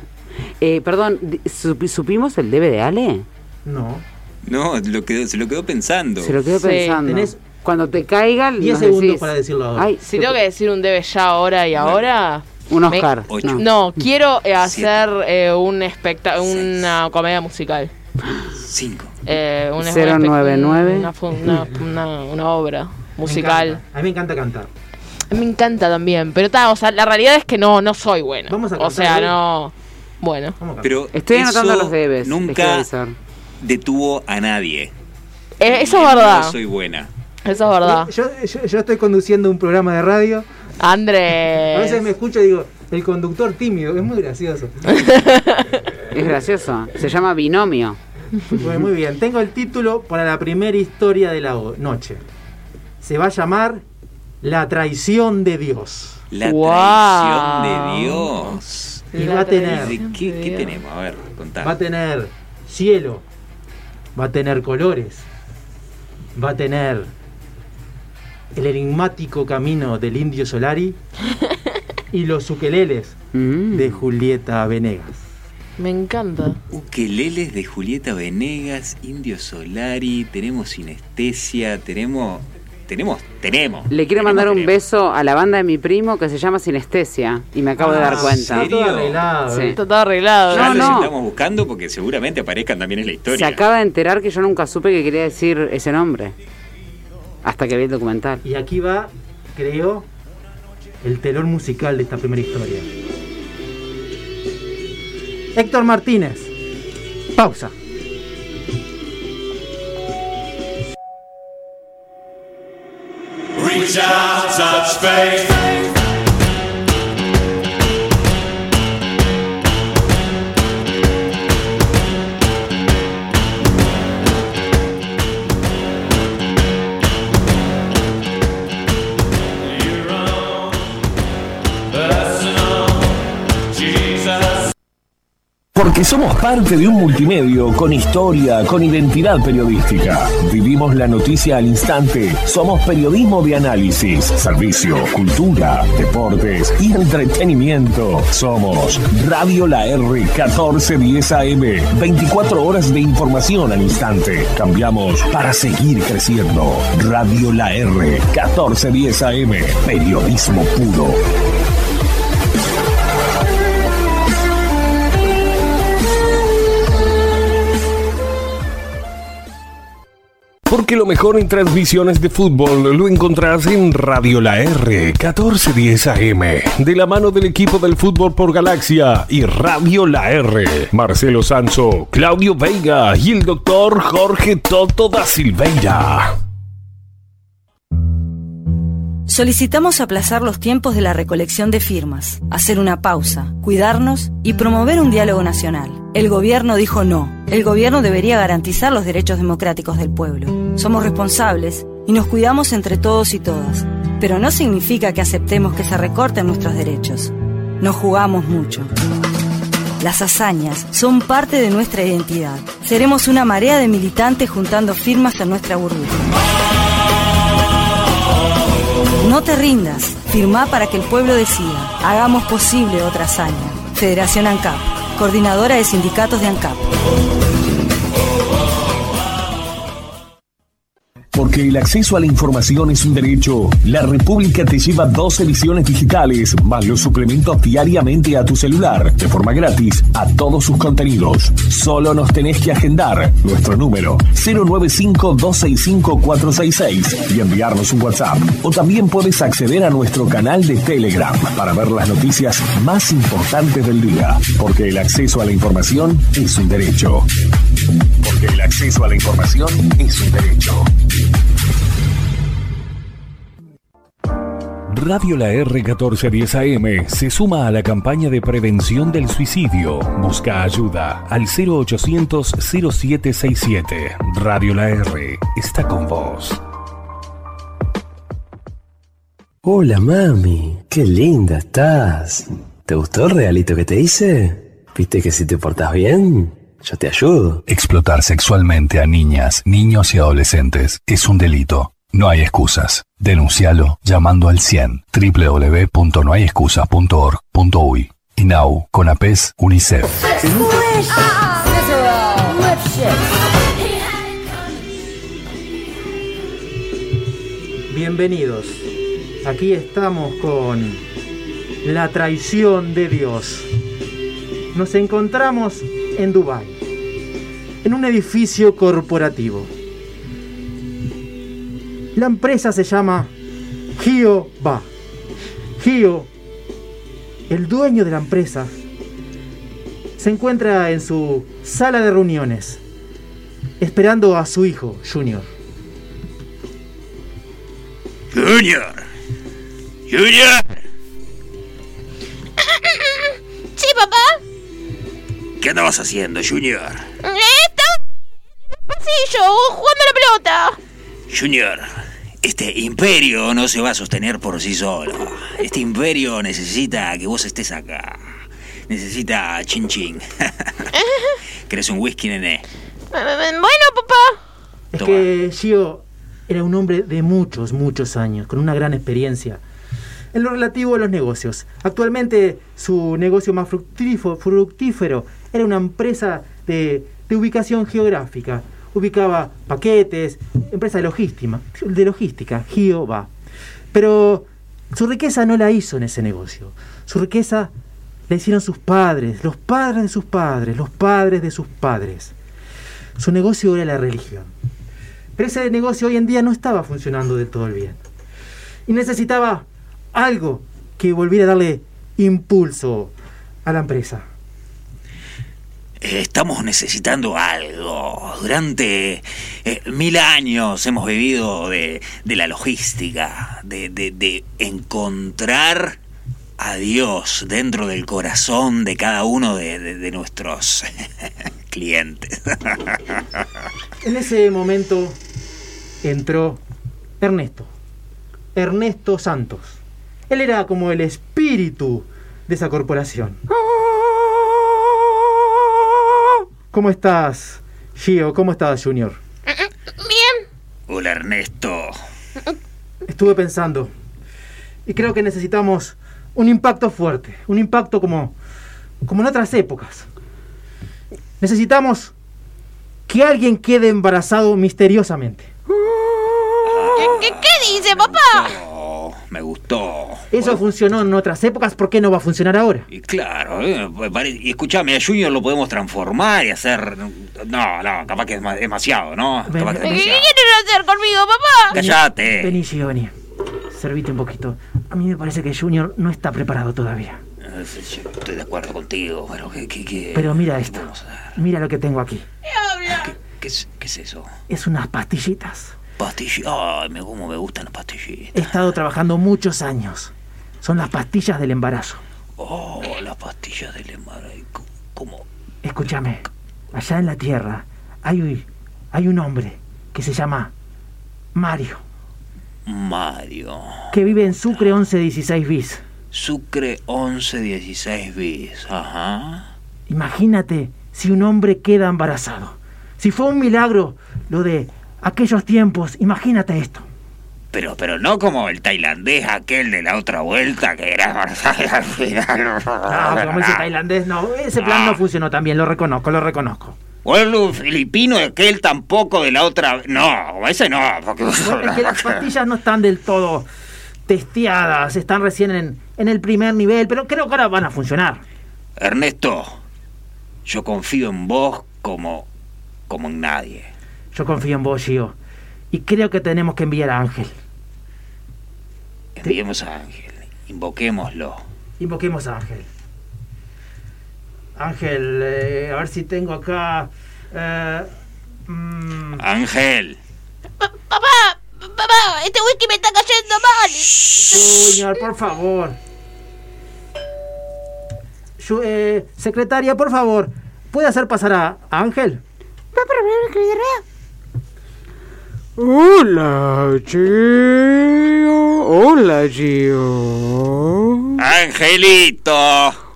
Eh, perdón, di- supi- ¿supimos el debe de Ale? No. No, lo quedó, se lo quedó pensando. Se lo quedo Sí. pensando. Tenés Cuando te caiga, 10 nos segundos decís, para decirlo ahora. Ay, Si tengo que decir un debe ya ahora y ahora. Un me- Oscar. Ocho. no. No, quiero eh, Siete. hacer eh, un especta- una comedia musical. Cinco. Eh, un- un espect- 099. Una, fu- una- una- una obra me musical. encanta. A mí me encanta cantar. Me encanta, también. Pero ta, o sea, la realidad es que no, no soy buena. Vamos a o cantar sea, hoy. no. Bueno. Vamos a cantar. Pero Estoy eso anotando los debes. les quiero Nunca avisar. detuvo a nadie. Eh, eso es No verdad. soy buena. Eso es verdad. Yo, yo- yo estoy conduciendo un programa de radio. Andrés. A veces me escucho y digo, el conductor tímido, es muy gracioso. Es gracioso. Se llama binomio. Bueno, muy bien, tengo el título para la primera historia de la o- noche. Se va a llamar La traición de Dios. La Guau. traición de Dios. Y La va a ¿Y tener, de ¿Qué, qué tenemos? A ver, contá. va a tener cielo, va a tener colores, va a tener el enigmático camino del indio Solari y los ukeleles Mm. de Julieta Venegas. Me encanta. Ukeleles de Julieta Venegas, Indio Solari, tenemos sinestesia, tenemos. Tenemos, tenemos. Le quiero Tenemos, mandar un tenemos. beso a la banda de mi primo que se llama Sinestesia y me acabo de Ah, dar cuenta. Está todo serio? arreglado, Sí. ¿eh? Está todo arreglado. Ya No, los no. estamos buscando porque seguramente aparezcan también en la historia. Se acaba de enterar que yo nunca supe que quería decir ese nombre. Hasta que vi el documental. Y aquí va, creo, el telón musical de esta primera historia. Héctor Martínez. Pausa. Reach out, touch faith. que somos parte de un multimedio con historia, con identidad periodística. Vivimos la noticia al instante. Somos periodismo de análisis, servicio, cultura, deportes y entretenimiento. Somos Radio La R 1410 AM. 24 horas de información al instante. Cambiamos para seguir creciendo. Radio La R 1410 AM. Periodismo puro. Porque lo mejor en transmisiones de fútbol lo encontrás en Radio La R 1410 AM, de la mano del equipo del fútbol por Galaxia y Radio La R. Marcelo Sanso, Claudio Veiga y el doctor Jorge Toto da Silveira. Solicitamos aplazar los tiempos de la recolección de firmas, hacer una pausa, cuidarnos y promover un diálogo nacional. El gobierno dijo no. El gobierno debería garantizar los derechos democráticos del pueblo. Somos responsables y nos cuidamos entre todos y todas, pero no significa que aceptemos que se recorten nuestros derechos. Nos jugamos mucho. Las hazañas son parte de nuestra identidad. Seremos una marea de militantes juntando firmas en nuestra burbuja. No te rindas. Firmá para que el pueblo decida. Hagamos posible otra hazaña. Federación ANCAP. Coordinadora de Sindicatos de ANCAP. Porque el acceso a la información es un derecho. La República te lleva dos ediciones digitales, más los suplementos diariamente a tu celular, de forma gratis, a todos sus contenidos. Solo nos tenés que agendar nuestro número 095-265-466 y enviarnos un WhatsApp. O también puedes acceder a nuestro canal de Telegram para ver las noticias más importantes del día. Porque el acceso a la información es un derecho. Porque el acceso a la información es un derecho. Radio La R1410 AM se suma a la campaña de prevención del suicidio. Busca ayuda al 0800-0767. Radio La R está con vos. Hola mami, qué linda estás. ¿Te gustó el realito que te hice? ¿Viste que si te portas bien, yo te ayudo? Explotar sexualmente a niñas, niños y adolescentes es un delito. No hay excusas. Denuncialo llamando al 100 www.nohayexcusas.org.uy. INAU, CONAPES, UNICEF. Bienvenidos. Aquí estamos con la traición de Dios. Nos encontramos en Dubái, en un edificio corporativo. La empresa se llama Gio Ba. Gio, el dueño de la empresa, se encuentra en su sala de reuniones, esperando a su hijo, Junior. Junior. Junior. Sí, papá. ¿Qué andabas haciendo, Junior? Está un pasillo jugando a la pelota. Junior, este imperio no se va a sostener por sí solo. Este imperio necesita que vos estés acá. Necesita chin chin. ¿Querés un whisky, nene? Bueno, papá. Es Toma. que Gio era un hombre de muchos, muchos años, con una gran experiencia en lo relativo a los negocios. Actualmente su negocio más fructífero, fructífero era una empresa de, de ubicación geográfica. Ubicaba paquetes, empresa de logística, de logística, Giova. Pero su riqueza no la hizo en ese negocio. Su riqueza la hicieron sus padres, los padres de sus padres, los padres de sus padres. Su negocio era la religión. Pero ese negocio hoy en día no estaba funcionando del todo bien. Y necesitaba algo que volviera a darle impulso a la empresa. Eh, Estamos necesitando algo. Durante eh, mil años hemos vivido de, de la logística, de, de- de encontrar a Dios dentro del corazón de cada uno de, de- de nuestros <laughs> clientes. <laughs> En ese momento entró Ernesto, Ernesto Santos. Él era como el espíritu de esa corporación. ¿Cómo estás, Gio? ¿Cómo estás, Junior? Bien. Hola Ernesto. Estuve pensando. Y creo que necesitamos un impacto fuerte. Un impacto como, como en otras épocas. Necesitamos que alguien quede embarazado misteriosamente. ¿Qué, qué, qué dice, papá? Oh, me gustó. Eso funcionó en otras épocas, ¿por qué no va a funcionar ahora? Y claro, eh, pare- y escúchame, a Junior lo podemos transformar y hacer. No, no, capaz que es ma- demasiado, ¿no? Ven, Capaz que es ¿Qué ven. demasiado. quieren hacer conmigo, papá? ¡Cállate! Vení, Gio, vení. Servite un poquito. A mí me parece que Junior no está preparado todavía. Eh, sí, sí, Estoy de acuerdo contigo, pero ¿qué, qué, qué- Pero mira qué esto. podemos hacer? Mira lo que tengo aquí. ¿Qué, qué es, qué es eso? Es unas pastillitas. Pastillitas. Ay, me, cómo me gustan las pastillitas. He estado trabajando muchos años. Son las pastillas del embarazo. Oh, las pastillas del embarazo. ¿Cómo? Escúchame. Allá en la Tierra hay, un- hay un hombre que se llama Mario, Mario. que vive en Sucre 1116 bis. Sucre 1116 bis. Ajá. Imagínate si un hombre queda embarazado. Si fue un milagro lo de aquellos tiempos, imagínate esto. Pero, pero no como el tailandés aquel de la otra vuelta que era Marsal al final. Ah, como dice tailandés, no, ese plan no funcionó también, lo reconozco, lo reconozco. O el filipino aquel tampoco de la otra. No, ese no. Porque... Bueno, es que las pastillas no están del todo testeadas, están recién en, en el primer nivel, pero creo que ahora van a funcionar. Ernesto, yo confío en vos como. como en nadie. Yo confío en vos, Gio, y creo que tenemos que enviar a Ángel. Enviemos a Ángel, invoquémoslo. Invoquemos a Ángel. Ángel, eh, a ver si tengo acá... eh, mm, Ángel, Pa- papá, papá, este whisky me está cayendo mal. Junior, por favor. Ju- eh, secretaria, por favor, ¿puede hacer pasar a a Ángel? Hola, Gio. Hola, Gio. Angelito,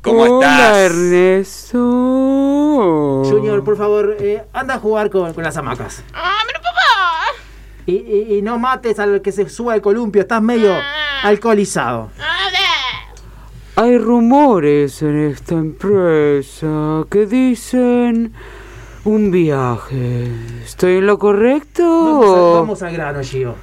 ¿cómo estás? Ernesto. Junior, por favor, eh, anda a jugar con, con las hamacas. Ah, pero papá. Y, y- y no mates al que se suba al columpio, estás medio alcoholizado. A ver. <clears throat> Hay rumores en esta empresa que dicen un viaje. ¿Estoy en lo correcto? Vamos, al- Uh. vamos al grano, Gio.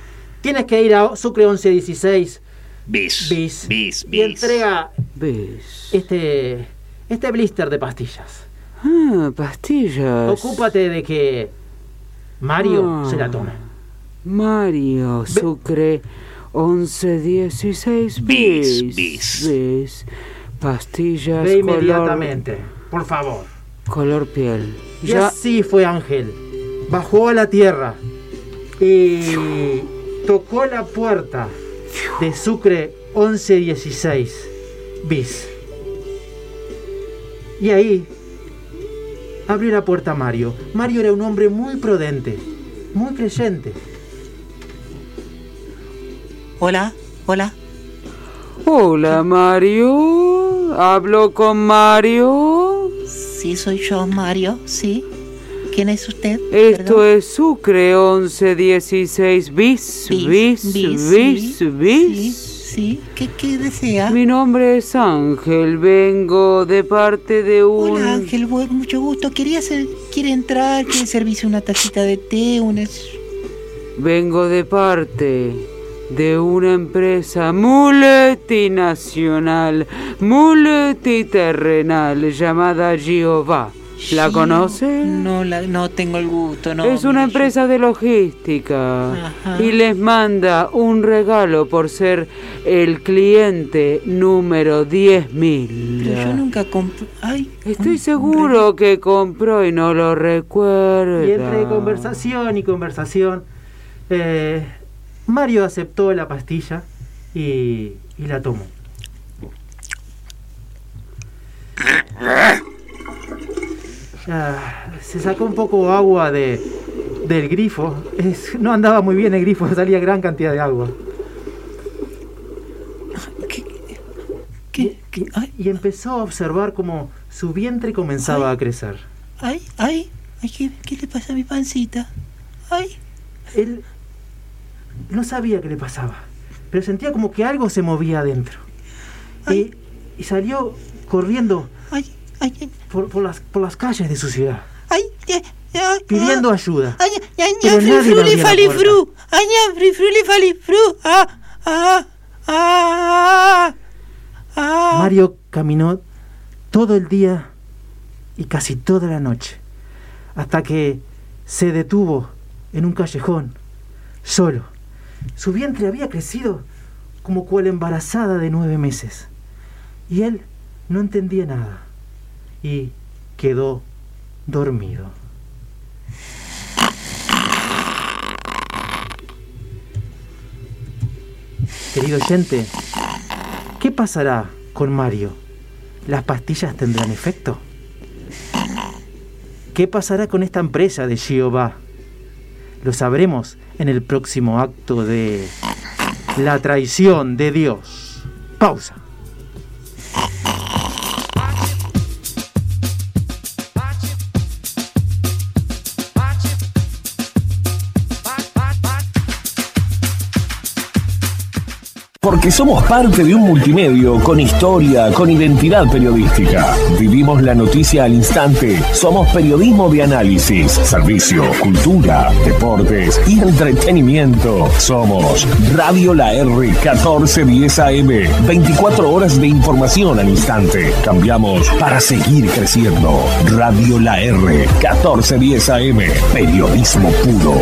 Tienes que ir a Sucre 1116 Bis. bis, Bis, y entrega ¿Ves? este, este blister de pastillas. Ah, pastillas. Ocúpate de que Mario Ah. se la tome. Mario Sucre 1116 Bis, bis. bis. bis. Pastillas Ve color- inmediatamente, por favor. color piel. Y Ya así fue Ángel. Bajó a la tierra y tocó la puerta de Sucre 1116 bis. Y ahí abrió la puerta a Mario. Mario era un hombre muy prudente, muy creyente. Hola, hola. Hola Mario, hablo con Mario. Sí, soy yo, Mario. Sí. ¿Quién es usted? Esto Perdón. es Sucre 1116 bis, bis, bis, bis. sí, Sí, sí. ¿Qué, qué desea? Mi nombre es Ángel, vengo de parte de un... Hola, Ángel. bu- Mucho gusto. Quería hacer, quiere entrar, quiere servirse una tacita de té, una... Vengo de parte de una empresa multinacional, multiterrenal llamada Giova. ¿La Sí, conoce? No, la, no tengo el gusto, no. es una mire, yo- empresa de logística Ajá. y les manda un regalo por ser el cliente número Pero yo 10.000. nunca compré... Ay, Estoy un- seguro que compró y no lo recuerda. Y entre conversación y conversación, eh, Mario aceptó la pastilla y, y la tomó. Ah, se sacó un poco agua de, del grifo. Es- no andaba muy bien el grifo, <laughs> salía gran cantidad de agua. ¿Qué? ¿Qué? Ay, Y empezó a observar cómo su vientre comenzaba a crecer. ay, ay, ay, ¿qué, qué le pasa a mi pancita? Ay, Él no sabía qué le pasaba, pero sentía como que algo se movía adentro. Y, Ay. y salió corriendo ay, ay, ay, por, por las, por las calles de su ciudad, ay, ya, ya, pidiendo ah, ayuda. Ay, ay, ay, Pero nadie frifru, abría la falifru, ay, ay, frifru, falifru, ah, ah, ah, ah. Mario caminó todo el día y casi toda la noche, hasta que se detuvo en un callejón, solo. Su vientre había crecido como cual embarazada de nueve meses, y él no entendía nada, y quedó dormido. Querido oyente, ¿Qué pasará con Mario? ¿Las pastillas tendrán efecto? ¿Qué pasará con esta empresa de Jehová? Lo sabremos en el próximo acto de La traición de Dios. Pausa. Porque somos parte de un multimedio con historia, con identidad periodística. Vivimos la noticia al instante. Somos periodismo de análisis, servicio, cultura, deportes y entretenimiento. Somos Radio La R 1410 AM. 24 horas de información al instante. Cambiamos para seguir creciendo. Radio La R 1410 AM. Periodismo puro.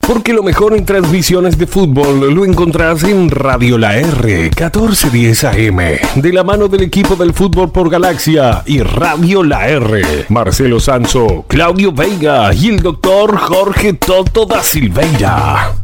Porque lo mejor en transmisiones de fútbol lo encontrás en Radio La R 1410 AM, de la mano del equipo del fútbol por Galaxia y Radio La R. Marcelo Sanso, Claudio Veiga y el doctor Jorge Toto da Silveira.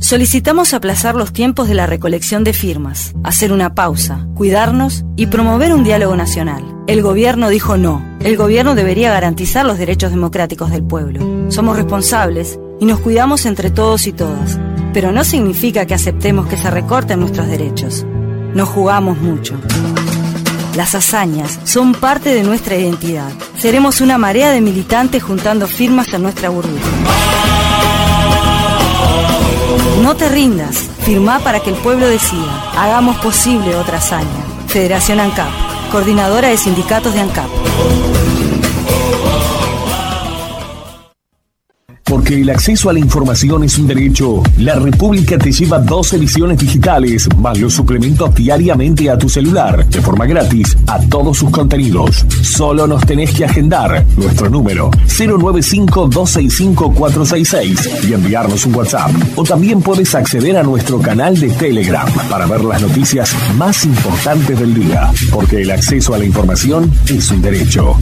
Solicitamos aplazar los tiempos de la recolección de firmas, hacer una pausa, cuidarnos y promover un diálogo nacional. El gobierno dijo no. El gobierno debería garantizar los derechos democráticos del pueblo. Somos responsables y nos cuidamos entre todos y todas, pero no significa que aceptemos que se recorten nuestros derechos. Nos jugamos mucho. Las hazañas son parte de nuestra identidad. Seremos una marea de militantes juntando firmas en nuestra burbuja. No te rindas. Firmá para que el pueblo decida. Hagamos posible otra hazaña. Federación ANCAP. Coordinadora de Sindicatos de ANCAP. Porque el acceso a la información es un derecho. La República te lleva dos ediciones digitales, más los suplementos diariamente a tu celular, de forma gratis, a todos sus contenidos. Solo nos tenés que agendar nuestro número 095-265-466 y enviarnos un WhatsApp. O también puedes acceder a nuestro canal de Telegram para ver las noticias más importantes del día. Porque el acceso a la información es un derecho.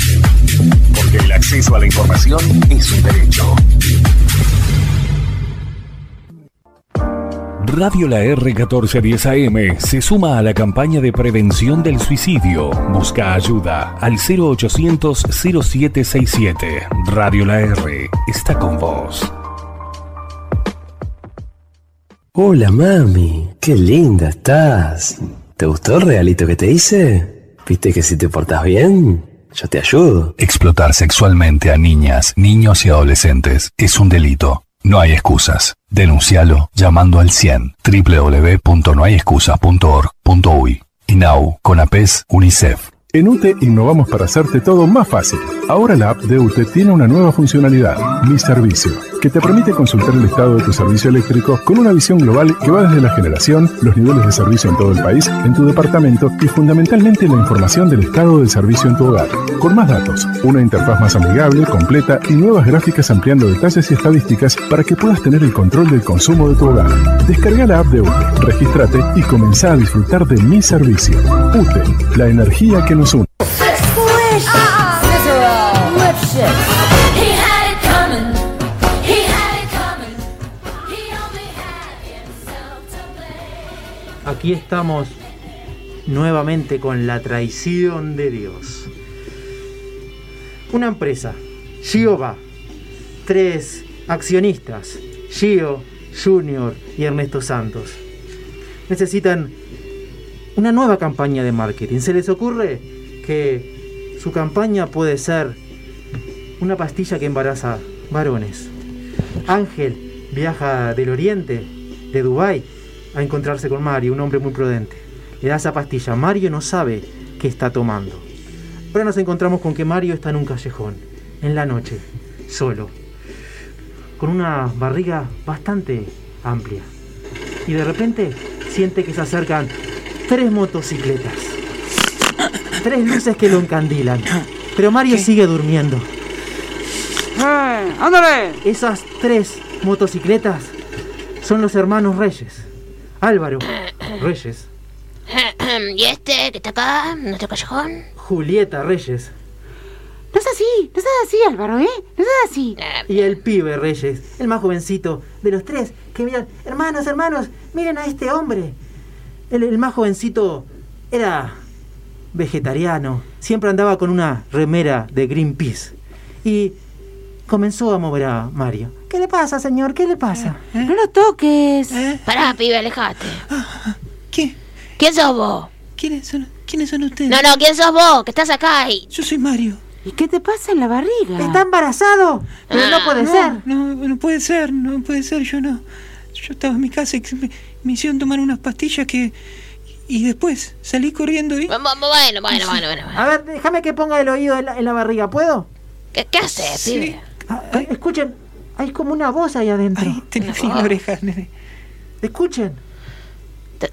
Porque el acceso a la información es un derecho. Radio La R 1410 AM se suma a la campaña de prevención del suicidio. Busca ayuda al 0800 0767. Radio La R está con vos. Hola mami, qué linda estás. ¿Te gustó el regalito que te hice? ¿Viste que si te portas bien, yo te ayudo? Explotar sexualmente a niñas, niños y adolescentes es un delito. No hay excusas. Denuncialo llamando al 100 www.nohayexcusas.org.uy. INAU, CONAPES, UNICEF. En UTE innovamos para hacerte todo más fácil. Ahora la app de UTE tiene una nueva funcionalidad, Mi Servicio, que te permite consultar el estado de tu servicio eléctrico con una visión global que va desde la generación, los niveles de servicio en todo el país, en tu departamento y fundamentalmente la información del estado del servicio en tu hogar. Con más datos, una interfaz más amigable, completa y nuevas gráficas ampliando detalles y estadísticas para que puedas tener el control del consumo de tu hogar. Descarga la app de UTE, regístrate y comenzá a disfrutar de Mi Servicio. UTE, la energía que nos une. Aquí estamos nuevamente con la traición de Dios. Una empresa, Jehová, tres accionistas, Gio, Junior y Ernesto Santos. Necesitan una nueva campaña de marketing. ¿Se les ocurre que su campaña puede ser una pastilla que embaraza varones? Ángel viaja del oriente, de Dubái, a encontrarse con Mario, un hombre muy prudente. Le da esa pastilla. Mario no sabe qué está tomando. Pero nos encontramos con que Mario está en un callejón, en la noche, solo, con una barriga bastante amplia. Y de repente siente que se acercan tres motocicletas, tres luces que lo encandilan. Pero Mario sigue durmiendo. ¡Ándale! Esas tres motocicletas son los hermanos Reyes. Álvaro Reyes, ¿Y este que está acá, en nuestro callejón? Julieta Reyes No es así, no seas así, Álvaro, ¿eh? No seas así. y el pibe Reyes, el más jovencito de los tres, que miran, hermanos, hermanos, miren a este hombre. El, el más jovencito era vegetariano, siempre andaba con una remera de Greenpeace y comenzó a mover a Mario. ¿Qué le pasa, señor? ¿Qué le pasa? ¿Eh? No lo toques. Pará, pibe, alejate. ¿Qué? ¿Quién sos vos? ¿Quiénes son, ¿Quiénes son ustedes? No, no, ¿quién sos vos? Que estás acá y... Yo soy Mario. ¿Y qué te pasa en la barriga? Está embarazado, pero Ah, no puede no, ser. No, no puede ser, no puede ser, yo no. Yo estaba en mi casa y me, me hicieron tomar unas pastillas que. Y después salí corriendo y. Bu- bu- Bueno, bueno, bueno, bueno. bueno. A ver, déjame que ponga el oído en la, en la barriga, ¿puedo? ¿Qué, qué haces, pibe? Ah, eh, Escuchen, hay como una voz ahí adentro. Ah. Ahí tenés la oreja, nene. Escuchen. Te-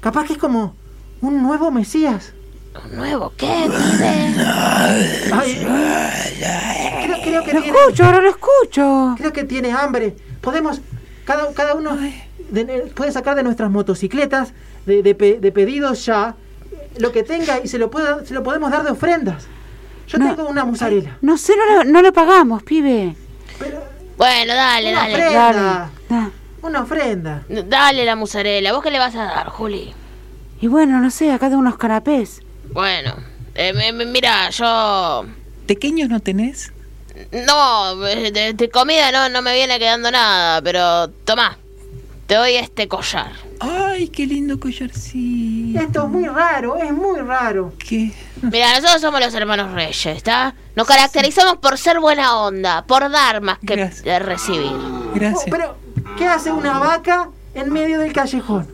Capaz que es como un nuevo Mesías. ¿Nuevo qué? No sé. Ay, Eh, creo, creo que Lo tiene, escucho, ahora lo escucho. creo que tiene hambre. Podemos, cada, cada uno de- puede sacar de nuestras motocicletas de, de pe- de pedidos ya lo que tenga y se lo, pueda- se lo podemos dar de ofrendas. Yo No. tengo una musarela. No sé, no lo, no lo pagamos, pibe. Bueno, dale, Una dale. ofrenda. Ah, Una ofrenda. Dale la musarela. ¿Vos qué le vas a dar, Juli? Y bueno, no sé, acá tengo unos canapés. Bueno, eh, mi- mi- mira, yo... ¿Pequeños no tenés? No, eh, de, de comida no, no me viene quedando nada, pero tomá. Te doy este collar. ¡Ay, qué lindo collarcito! Esto es muy raro, es muy raro. ¿Qué? Mira, nosotros somos los hermanos Reyes, ¿está? Nos caracterizamos por ser buena onda, por dar más que Gracias. eh, recibir. Oh, Gracias. pero, ¿qué hace una vaca en medio del callejón?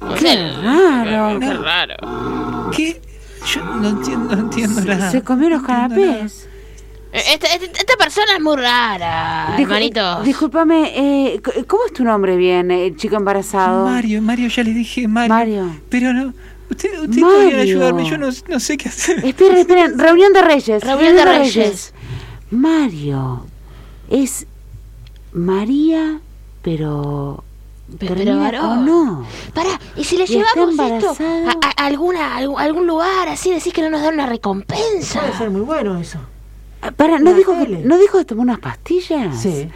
No sé, Claro. qué raro. ¿Qué? Yo no entiendo, no entiendo nada. Se comió los canapés. Eh, Esta, esta- esta persona es muy rara, Discu- hermanito. Discúlpame, eh, c- ¿cómo es tu nombre bien, el chico embarazado? Mario, Mario, ya le dije Mario. Mario. Pero no. Usted, usted podría Mario. ayudarme, yo no, no sé qué hacer. Esperen, <laughs> esperen, reunión de reyes. Reunión de Reyes. Mario es María, pero... Pero termina varón. con no? Pará, ¿y si le Y está llevamos esto embarazado. a, a alguna, a algún- algún lugar así? Decís que no nos dan una recompensa. Puede ser muy bueno eso. Ah, Para, ¿no La dijo, que, tele. ¿no dijo que tomó unas pastillas? Sí.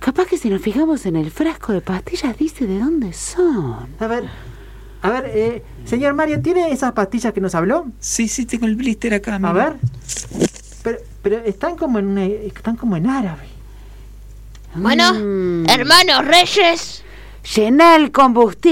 Capaz que si nos fijamos en el frasco de pastillas dice de dónde son. A ver, a ver, eh, señor Mario, ¿tiene esas pastillas que nos habló? Sí, sí, tengo el blister acá. A mira. ver. Pero, pero están como en una- están como en árabe. Bueno, Mm. hermanos Reyes. Llená el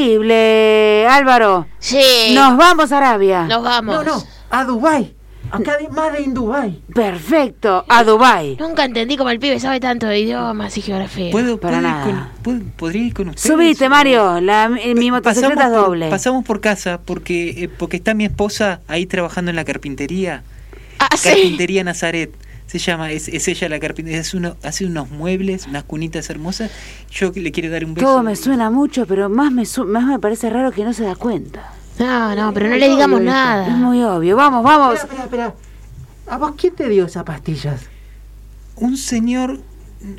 combustible, Álvaro. Sí. Nos vamos a Arabia. Nos vamos. No, no, a Dubai. Acá de, más de en Dubai. Perfecto, a Dubai. Nunca entendí cómo el pibe sabe tanto de idiomas y geografía. ¿Puedo, Para puedo ir nada. con- puedo- ¿Podría ir con ustedes? Subite, Mario. La, eh, mi Pa- motocicleta es pasamos por- doble. Pasamos por casa porque, eh, porque está mi esposa ahí trabajando en la carpintería. Ah, sí. Carpintería Nazaret. Se llama, es, es ella la carpintería. Hace, uno- hace unos muebles, unas cunitas hermosas. Yo que le quiero dar un beso. Todo me suena mucho, pero más me, su- más me parece raro que no se da cuenta. No, no, pero no le digamos Es nada. muy obvio. Vamos, vamos. Espera, espera, espera. ¿A vos quién te dio esas pastillas? Un señor.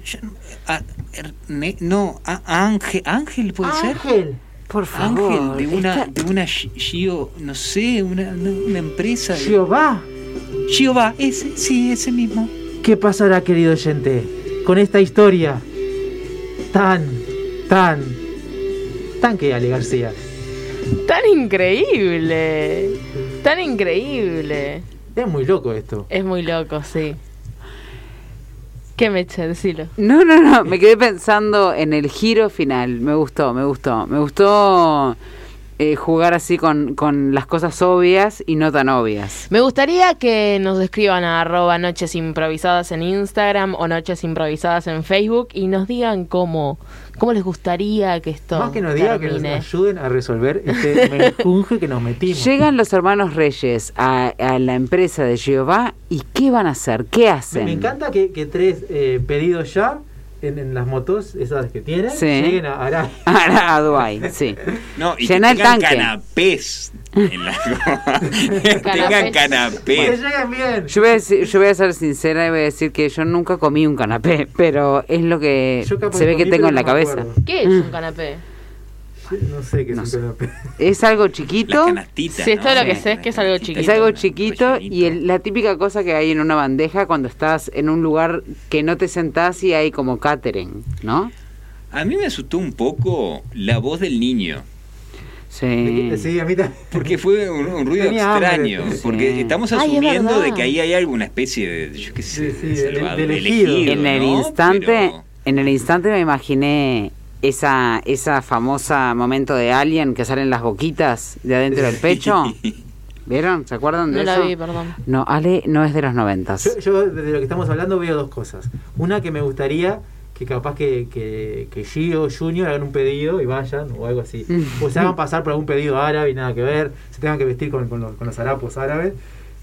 yo- a- Ah, Erne- no, a- Ángel, Ángel puede ser. Ángel. Por favor. Ángel, de una, Está- de una Gi- Gio, no sé, una, una- una empresa. de- Jehová. Gio va, ese, sí, ese mismo. ¿Qué pasará, querido oyente, con esta historia tan, tan, tan que Ale García? Tan increíble. Tan increíble. Es muy loco esto. Es muy loco, sí. ¿Qué me echa? Decilo. No, no, no, me quedé pensando en el giro final. Me gustó, me gustó. Me gustó eh, jugar así con, con las cosas obvias y no tan obvias. Me gustaría que nos escriban a arroba noches improvisadas en Instagram o noches improvisadas en Facebook y nos digan cómo, cómo les gustaría que esto Más que nos diga que nos termine. ayuden a resolver <laughs> este menjunje que nos metimos. Llegan los hermanos Reyes a, a la empresa de Jehová y ¿qué van a hacer? ¿Qué Me, hacen? me encanta que, que tres eh, pedidos ya en, en las motos, esas que tienen, Sí. lleguen a Ará. <laughs> Ahora a Dubái, sí. No, y Llená el que tengan tanque. canapés. en la- <laughs> Que tengan Que canapés. <laughs> lleguen bien. Yo voy, a decir- yo voy a ser sincera y voy a decir que yo nunca comí un canapé, <laughs> pero es lo que Yo capaz Eh, se ve comí, que tengo pero en la no me cabeza. acuerdo. Mm. ¿Qué es un canapé? No sé qué es No un sé. canapé. Es algo Las chiquito. canastitas. Sí, es todo ¿no? lo que sé, es que es algo Las chiquito. Es algo canastas, chiquito rellenito. y el- la típica cosa que hay en una bandeja cuando estás en un lugar que no te sentás y hay como catering, ¿no? A mí me asustó un poco la voz del niño. Sí. Eh, Sí, a mí también. Porque fue un, un ruido Tenía extraño. hambre. Porque Sí. estamos Ay, es asumiendo verdad. de que ahí hay alguna especie de. Yo qué sé, Sí, sí, de- salvado- de de elegido. En el ¿no? instante, Pero- en el instante me imaginé esa esa famosa momento de Alien que salen las boquitas de adentro del <laughs> pecho. ¿Vieron? ¿Se acuerdan de No la eso? vi, perdón. No, Ale no es de los noventas. Yo, yo de lo que estamos hablando veo dos cosas. Una que me gustaría que capaz que, que, que Gio Junior hagan un pedido y vayan o algo así. O se hagan pasar por algún pedido árabe y nada que ver, se tengan que vestir con, con los, con los harapos árabes.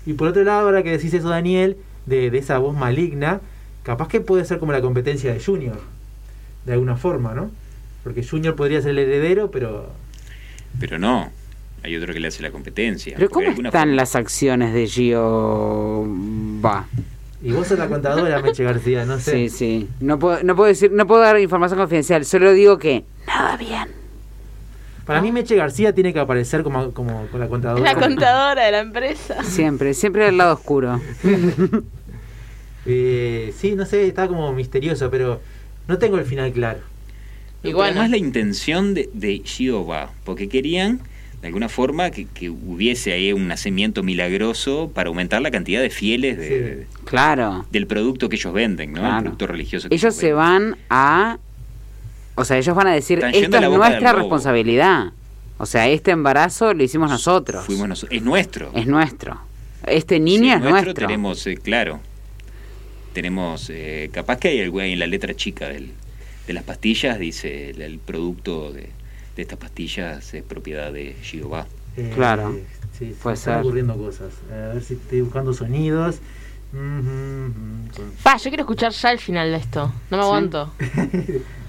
Y por otro lado, ahora que decís eso, Daniel, de, de esa voz maligna, capaz que puede ser como la competencia de Junior, de alguna forma, ¿no? Porque Junior podría ser el heredero, pero... Pero no. Hay otro que le hace la competencia. Pero porque ¿cómo de alguna están forma- las acciones de Gio? Va. Y vos sos la contadora, <laughs> Meche García, no sé. Sí, sí. No puedo, no puedo decir, no puedo dar información confidencial. Solo digo que nada bien. Para mí Meche García tiene que aparecer como, como con la contadora. La contadora de la empresa. Siempre, siempre del lado oscuro. <laughs> Eh, sí, no sé, está como misterioso, pero no tengo el final claro. Y Pero bueno. Además la intención de, de Jehová, porque querían de alguna forma que, que hubiese ahí un nacimiento milagroso para aumentar la cantidad de fieles de- Sí. de- Claro. del producto que ellos venden, ¿no? Claro. El producto religioso que Ellos se venden. van a. O sea, ellos van a decir: Están Esto yendo a es la boca del nuestra lobo". responsabilidad. O sea, este embarazo lo hicimos nosotros. Fuimos nosotros. Es nuestro. Es nuestro. Este Sí, niño es nuestro. Tenemos, eh, claro. Tenemos, eh, capaz que hay algo ahí en la letra chica del- de las pastillas, dice el, el producto de, de estas pastillas es propiedad de Jehová. Eh, Claro, sí, sí, puede están ser. ocurriendo cosas. A ver si estoy buscando sonidos. Mm, mm, mm, con- Pa, yo quiero escuchar ya el final de esto. No me Sí. aguanto.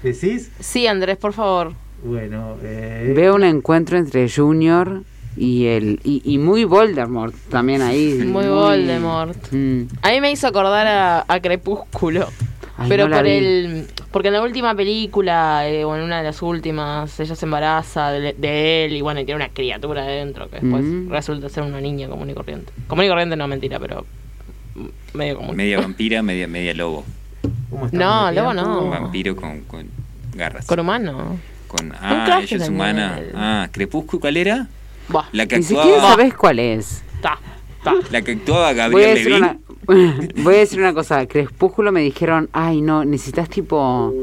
¿Decís? Sí, Andrés, por favor. Bueno, eh, Veo un encuentro entre Junior y el. Y, y muy Voldemort también ahí. Muy Voldemort. Mm. A mí me hizo acordar a, a Crepúsculo. Ay, pero no la por vi. el. Porque en la última película, eh, o en una de las últimas, ella se embaraza de, de él y bueno, y tiene una criatura adentro que después Mm. resulta ser una niña común y corriente. Común y corriente no, mentira, pero. mm, medio común. <laughs> Media vampira, media, media lobo. ¿cómo estamos No, de luego tiempo? no. Un vampiro con, con garras. Con humano. Con- ah, traje ella es también. humana. Ah, Crepúsculo, ¿cuál era? Buah, La que Ni siquiera actuaba, sabes cuál es. ta, ta. la que Voy actuaba a, Gabriel decir Levin. una, <laughs> voy a decir una cosa. Crepúsculo me dijeron, ay, no, necesitas tipo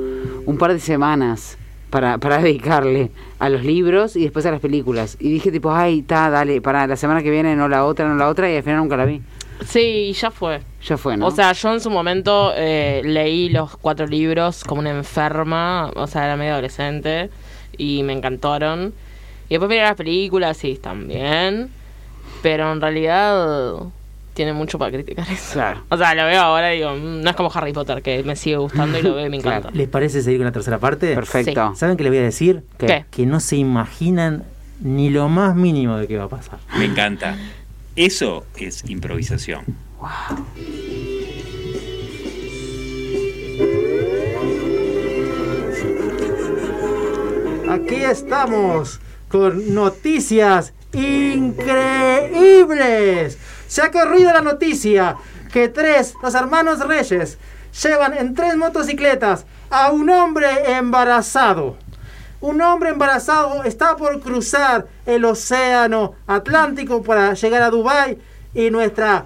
un par de semanas para, para dedicarle a los libros y después a las películas. Y dije, tipo, ay, ta, dale, para la semana que viene, no la otra, no la otra, y al final nunca la vi. Sí, ya fue. Ya fue, ¿no? O sea, yo en su momento eh, leí los cuatro libros como una enferma, o sea, era medio adolescente y me encantaron. Y después miré las películas y están bien, pero en realidad tiene mucho para criticar eso. Claro. O sea, lo veo ahora y digo, mm, no es como Harry Potter, que me sigue gustando y lo veo y <laughs> me encanta. ¿Les parece seguir con la tercera parte? Perfecto. ¿Saben qué les voy a decir? ¿Qué? ¿Qué? Que no se imaginan ni lo más mínimo de qué va a pasar. Me encanta. Eso es improvisación. Aquí estamos con noticias increíbles. Se ha corrido la noticia que tres, los hermanos Reyes, llevan en tres motocicletas a un hombre embarazado. Un hombre embarazado está por cruzar el océano Atlántico para llegar a Dubái y nuestra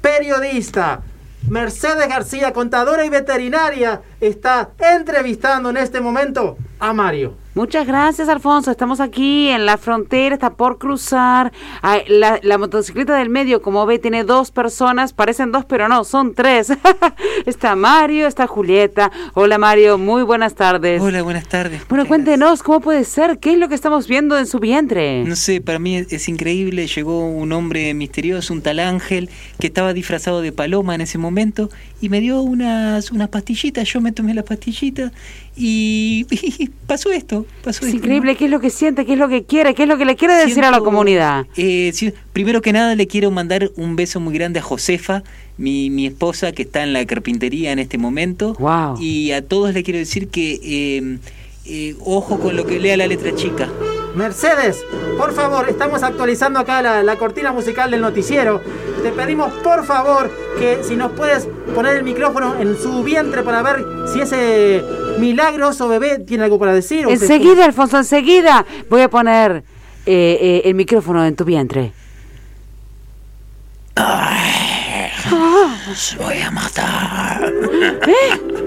periodista Mercedes García, contadora y veterinaria, está entrevistando en este momento a Mario. Muchas gracias, Alfonso. Estamos aquí en la frontera, está por cruzar. Ah, La, la motocicleta del medio, como ve, tiene dos personas. Parecen dos, pero no, son tres. <laughs> está Mario, está Julieta. Hola, Mario. Muy buenas tardes. Hola, buenas tardes. Bueno, cuéntenos, ¿cómo puede ser? ¿Qué es lo que estamos viendo en su vientre? No sé, para mí es, es increíble. Llegó un hombre misterioso, un tal ángel, que estaba disfrazado de paloma en ese momento y me dio unas, unas pastillitas. Yo me tomé las pastillitas y, y <laughs> pasó esto. Pasó Es esto, increíble. ¿Qué es lo que siente? ¿Qué es lo que quiere? ¿Qué es lo que le quiere decir a la Siento- comunidad? Eh, sí, primero que nada le quiero mandar un beso muy grande a Josefa, mi, mi esposa que está en la carpintería en este momento. Ah. Y a todos le quiero decir que eh, eh, ojo con lo que lea la letra chica. Mercedes, por favor, estamos actualizando acá la, la cortina musical del noticiero. Te pedimos, por favor, que si nos puedes poner el micrófono en su vientre para ver si ese milagroso bebé tiene algo para decir. o se- Enseguida, Alfonso, enseguida. Voy a poner eh, eh, el micrófono en tu vientre. Os voy a matar.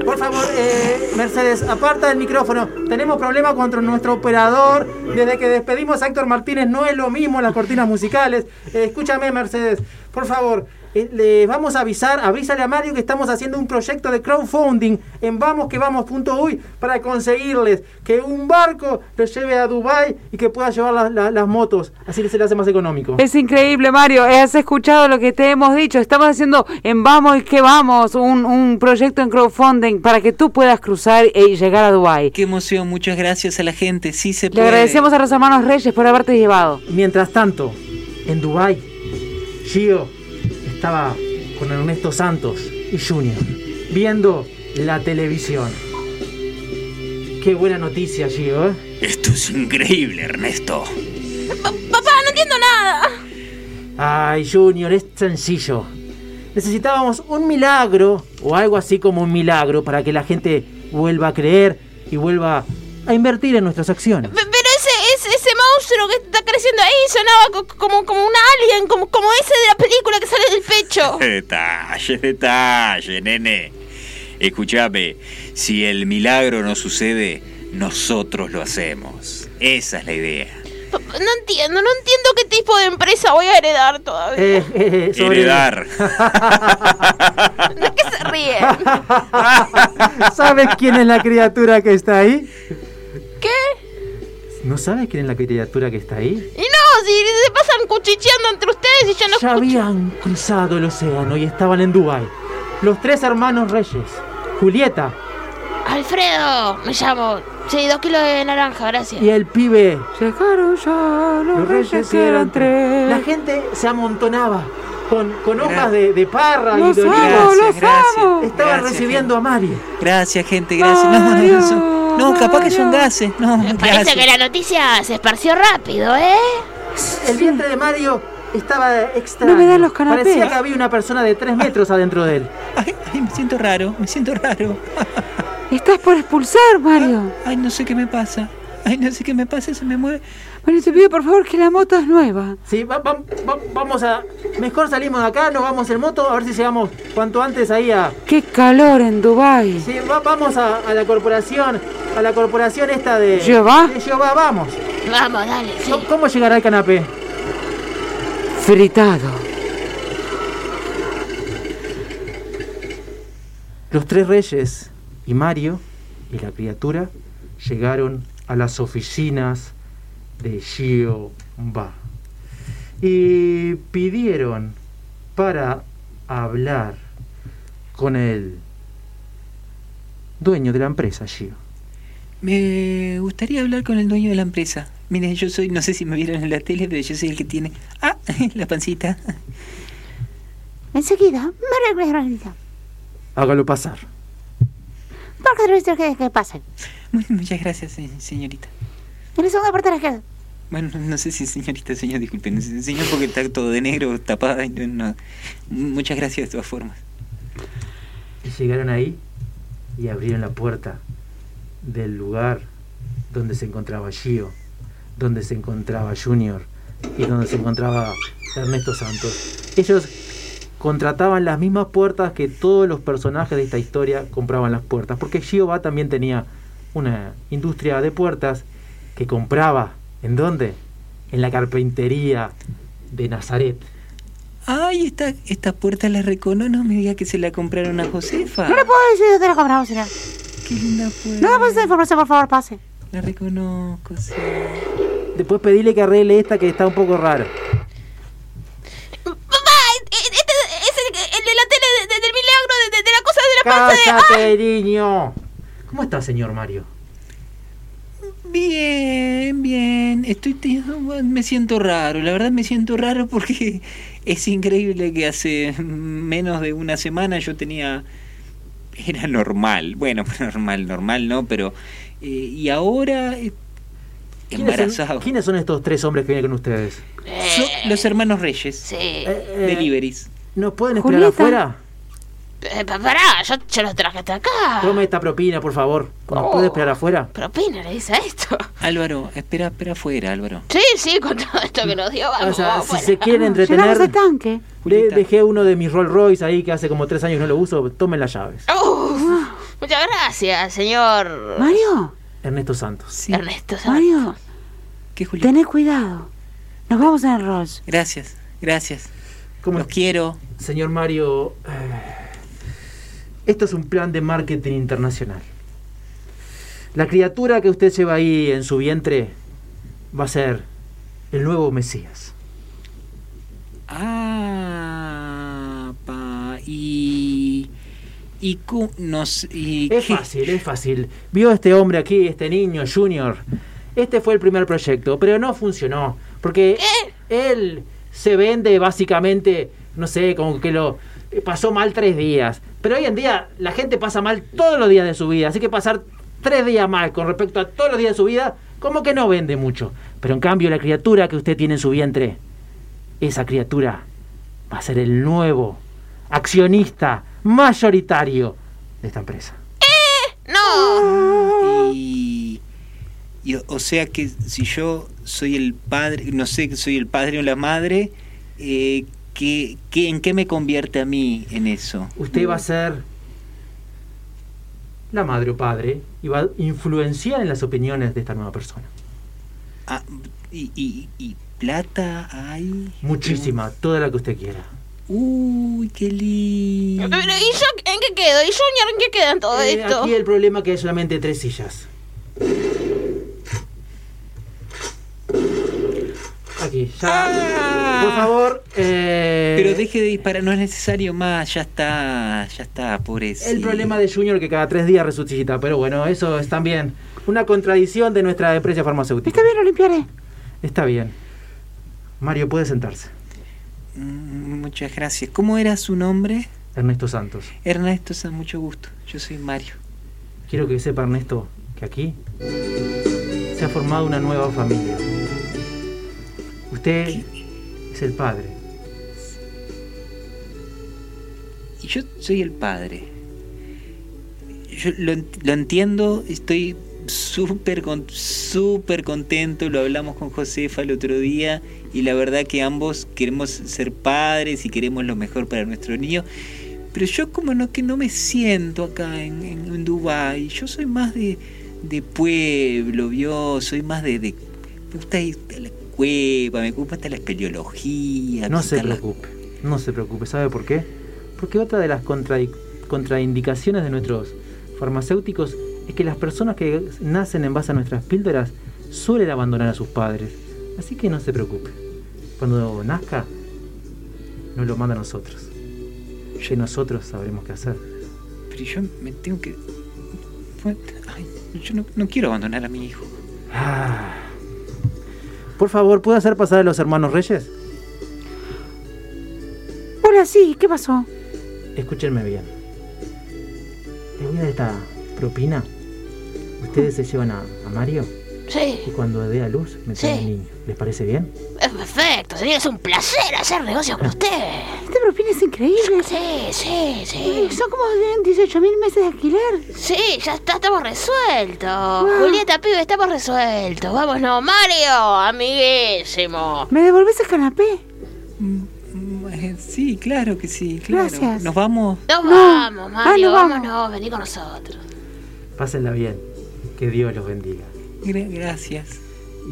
Por favor, eh, Mercedes, aparta el micrófono. Tenemos problemas contra nuestro operador. Desde que despedimos a Héctor Martínez no es lo mismo las cortinas musicales. Eh, escúchame, Mercedes, por favor. eh, le vamos a avisar, avísale a Mario que estamos haciendo un proyecto de crowdfunding en vamosquevamos.uy para conseguirles que un barco los lleve a Dubai y que pueda llevar la- la- las motos. Así que se le hace más económico. Es increíble, Mario. Eh, Has escuchado lo que te hemos dicho. Estamos haciendo en Vamos y que Vamos un, un proyecto en crowdfunding para que tú puedas cruzar y llegar a Dubái. Qué emoción, muchas gracias a la gente. Sí se Le puede. agradecemos a los hermanos Reyes por haberte llevado. Mientras tanto, en Dubai, Gio estaba con Ernesto Santos y Junior viendo la televisión. Qué buena noticia, Gio. ¿eh? Esto es increíble, Ernesto. Papá, no entiendo nada. Ay, Junior, es sencillo. Necesitábamos un milagro o algo así como un milagro para que la gente vuelva a creer y vuelva a invertir en nuestras acciones. Pe- Pero ese, ese, ese monstruo que está creciendo ahí sonaba co- como, como un alien, como, como ese de la película que sale del <laughs> pecho. Detalle, detalle, nene. Escúchame, si el milagro no sucede, nosotros lo hacemos. Esa es la idea. Papá, No entiendo, no entiendo qué tipo de empresa voy a heredar todavía. Eh, sobre- Heredar. ¿De qué se ríe? <laughs> ¿Sabes quién es la criatura que está ahí? ¿Qué? ¿No sabes quién es la criatura que está ahí? Y no, si se pasan cuchicheando entre ustedes y yo no Ya habían cruzado el océano y estaban en Dubái. Los tres hermanos Reyes, Julieta Alfredo, me llamo. Sí, dos kilos de naranja, gracias. y el pibe. Llegaron ya Los Reyes eran tres. La gente se amontonaba con, con hojas de, de parra Los y de amo, olivas. los Gracias, amo. Estaba gracias, recibiendo a Mario. Gracias, gente, gracias. No, no, no, son- no, capaz que son gases. No, Parece gracias. que la noticia se esparció rápido, ¿eh? El vientre de Mario estaba extraño. No me dan los canapés. Parecía que había una persona de tres metros adentro de él. <laughs> Ay, me siento raro, me siento raro. Estás por expulsar, Mario. Ah, Ay, no sé qué me pasa. Ay, no sé qué me pasa, se me mueve. Mario, te pido por favor que la moto es nueva. Sí, va- va- va- vamos a. Mejor salimos de acá, nos vamos en moto, a ver si llegamos cuanto antes ahí a, Qué calor en Dubái. Sí, va- vamos a, a la corporación, a la corporación esta de... ¿Jehová? Eh, De Jehová, vamos. Vamos, dale, sí. ¿Cómo- ¿Cómo llegará el canapé? Fritado. Los tres reyes y Mario y la criatura llegaron a las oficinas de Jehová y pidieron para hablar con el dueño de la empresa, Gio. Me gustaría hablar con el dueño de la empresa. Mire, yo soy, no sé si me vieron en la tele, pero yo soy el que tiene. Ah, <laughs> la pancita. Enseguida, me regreso. Hágalo pasar. Porque no sé qué- qué pasa. Muy- Muchas gracias, se- señorita. En la segunda parte de la izquierda. Bueno, no sé si es señorita, señor, disculpen. Es Señor, porque está todo de negro, tapada. y no- no. Muchas gracias de todas formas. Y llegaron ahí y abrieron la puerta del lugar donde se encontraba Gio, donde se encontraba Junior y donde se encontraba Ernesto Santos. Ellos contrataban las mismas puertas que todos los personajes de esta historia compraban las puertas. Porque Giova también tenía una industria de puertas que compraba. ¿En dónde? En la carpintería de Nazaret. Ay, esta, esta puerta la reconozco. No me diga que se la compraron a Josefa. No le puedo decir dónde la compramos, señor. Qué linda puerta. No me pases esa información, por favor, pase. La reconozco, sí. Después pedile que arregle esta que está un poco <laughs> rara. Papá, este es el, el de la tele de- de- del milagro, de, de- de la cosa de la panza de... ¡Ah! ¡Cállate, niño! ¿Cómo está, señor Mario? Bien, bien. Estoy te- me siento raro. La verdad me siento raro porque <laughs> es increíble que hace menos de una semana yo tenía Era normal. <laughs> Bueno, normal, normal no, pero. eh, y ahora eh, ¿Quiénes embarazado. son, quiénes son estos tres hombres que vienen con ustedes? Son los hermanos Reyes. Deliveries. Eh, ¿Nos pueden esperar Julieta. afuera? Eh, pa- pará, yo, yo los traje hasta Ah. acá. Tome esta propina, por favor. ¿Nos Oh. puede esperar afuera? ¿Propina le dice a esto? Álvaro, espera, espera afuera, Álvaro. <laughs> Sí, sí, con todo esto que nos dio, vamos. O sea, vamos Ah, si afuera. se quieren entretener, Llenamos el tanque. de- dejé uno de mis Rolls Royce ahí que hace como tres años no lo uso. Tomen las llaves. Ah. Uf, muchas gracias, señor Mario, Ernesto Santos. Ernesto. Sanz. Mario, ¿Qué, Julieta? tené cuidado. Nos vamos en el Rolls. Gracias, gracias. ¿Cómo Los quiero. Señor Mario, eh, esto es un plan de marketing internacional. La criatura que usted lleva ahí en su vientre va a ser el nuevo Mesías. Ah, pa, y. Y cu- nos. Y, Es fácil, es fácil. Vio este hombre aquí, este niño, Junior. Este fue el primer proyecto, pero no funcionó. Porque él se vende básicamente, no sé, como que lo eh, pasó mal tres días. Pero hoy en día la gente pasa mal todos los días de su vida. Así que pasar tres días mal con respecto a todos los días de su vida, como que no vende mucho. Pero en cambio la criatura que usted tiene en su vientre, esa criatura va a ser el nuevo accionista mayoritario de esta empresa. No. Y, y, o- o sea que si yo soy el padre, no sé que soy el padre o la madre, eh, ¿qué- qué- en qué me convierte a mí en eso? Usted va a ser la madre o padre y va a influenciar en las opiniones de esta nueva persona. Ah, y, y- y plata hay. Muchísima, toda la que usted quiera. Uy, qué lindo. Pero, ¿y yo en qué quedo? ¿Y Junior en qué queda en todo Eh, esto? aquí el problema es que hay solamente tres sillas. Aquí, Ah. ya. Por favor, eh, Pero deje de disparar, no es necesario más, ya está, Ah, ya está, pobreza. el problema de Junior que cada tres días resucita. Pero bueno, eso es también una contradicción de nuestra empresa farmacéutica. Está bien, lo limpiaré. Está bien. Mario, puede sentarse. Mm, Muchas gracias. ¿Cómo era su nombre? Ernesto Santos. Ernesto, es mucho gusto. Yo soy Mario. Quiero que sepa Ernesto que aquí se ha formado una nueva familia. Usted es el padre. Y yo soy el padre. Yo lo, ent- lo entiendo, estoy súper con- súper contento, lo hablamos con Josefa el otro día y la verdad que ambos queremos ser padres y queremos lo mejor para nuestro niño. Pero yo como no que no me siento acá en, en, en Dubái, yo soy más de, de pueblo, yo soy más de, de- Me gusta ir a la cueva, me gusta la espeleología. No se visitar las- preocupe, no se preocupe. ¿Sabe por qué? Porque otra de las contradic- contraindicaciones de nuestros farmacéuticos es que las personas que nacen en base a nuestras píldoras suelen abandonar a sus padres. Así que no se preocupe. Cuando nazca, nos lo manda a nosotros. Y nosotros sabremos qué hacer. Pero yo me tengo que. fue- Ay, yo no, no quiero abandonar a mi hijo. Ah. Por favor, ¿puedo hacer pasar a los hermanos Reyes? Hola, sí, ¿qué pasó? Escúchenme bien. Les voy a dar esta propina. Ustedes se llevan a, a Mario Sí, y cuando dé a luz me traen el niño. ¿Les parece bien? es perfecto, señor. Es un placer hacer negocios con usted. Este propina es increíble. Sí, sí, sí. Ay, Son como 18 mil meses de alquiler. Sí, ya está, estamos resueltos. Julieta, pibe, estamos resueltos. Vámonos, Mario, amiguísimo. ¿Me devolvés el canapé? Mm, Sí, claro que sí, claro. Gracias. Nos vamos. Nos No. vamos, Mario, Ah, nos vamos. vámonos, vení con nosotros. Pásenla bien. Que Dios los bendiga. Gra- Gracias.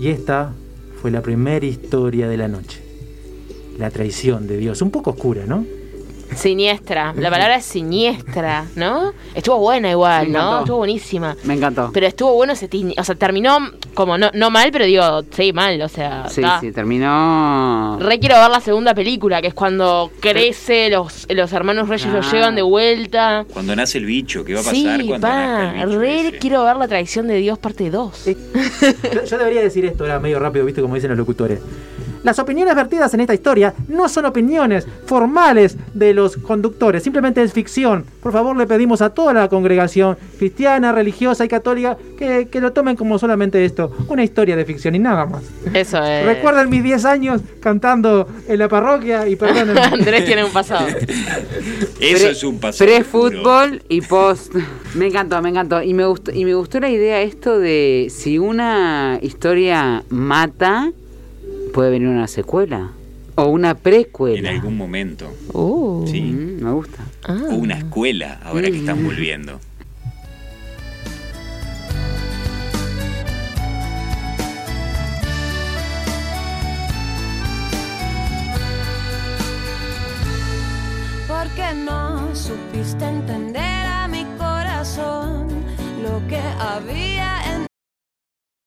Y esta fue la primera historia de la noche. La traición de Dios. Un poco oscura, ¿no? Siniestra. La palabra es siniestra, ¿no? Estuvo buena igual, Me ¿no? encantó. Estuvo buenísima. Me encantó. Pero estuvo bueno ese tiñe. O sea, terminó como no, no mal, pero digo, sí, mal. O sea, Sí, ta. sí, terminó. Re quiero ver la segunda película, que es cuando crece, los, los hermanos Reyes los Ah. llevan de vuelta. Cuando nace el bicho, ¿qué va a sí, pasar cuando pa, nazca el bicho? re quiero ver la traición de Dios parte 2. <laughs> Yo, yo debería decir esto ahora medio rápido, ¿viste? Como dicen los locutores. Las opiniones vertidas en esta historia no son opiniones formales de los conductores, simplemente es ficción. Por favor, le pedimos a toda la congregación cristiana, religiosa y católica que, que lo tomen como solamente esto, una historia de ficción y nada más. Eso es. Recuerdan mis 10 años cantando en la parroquia <laughs> y perdónenme. Andrés tiene <laughs> un pasado. Eso es un pasado. Pre-fútbol y post. Me encantó, me encantó. Y me gustó, y me gustó la idea esto de si una historia mata, puede venir una secuela. O una En precuela. algún momento. Sí. Mm, me gusta. O una escuela, ahora que están volviendo. porque no supiste entender a mi corazón lo que había en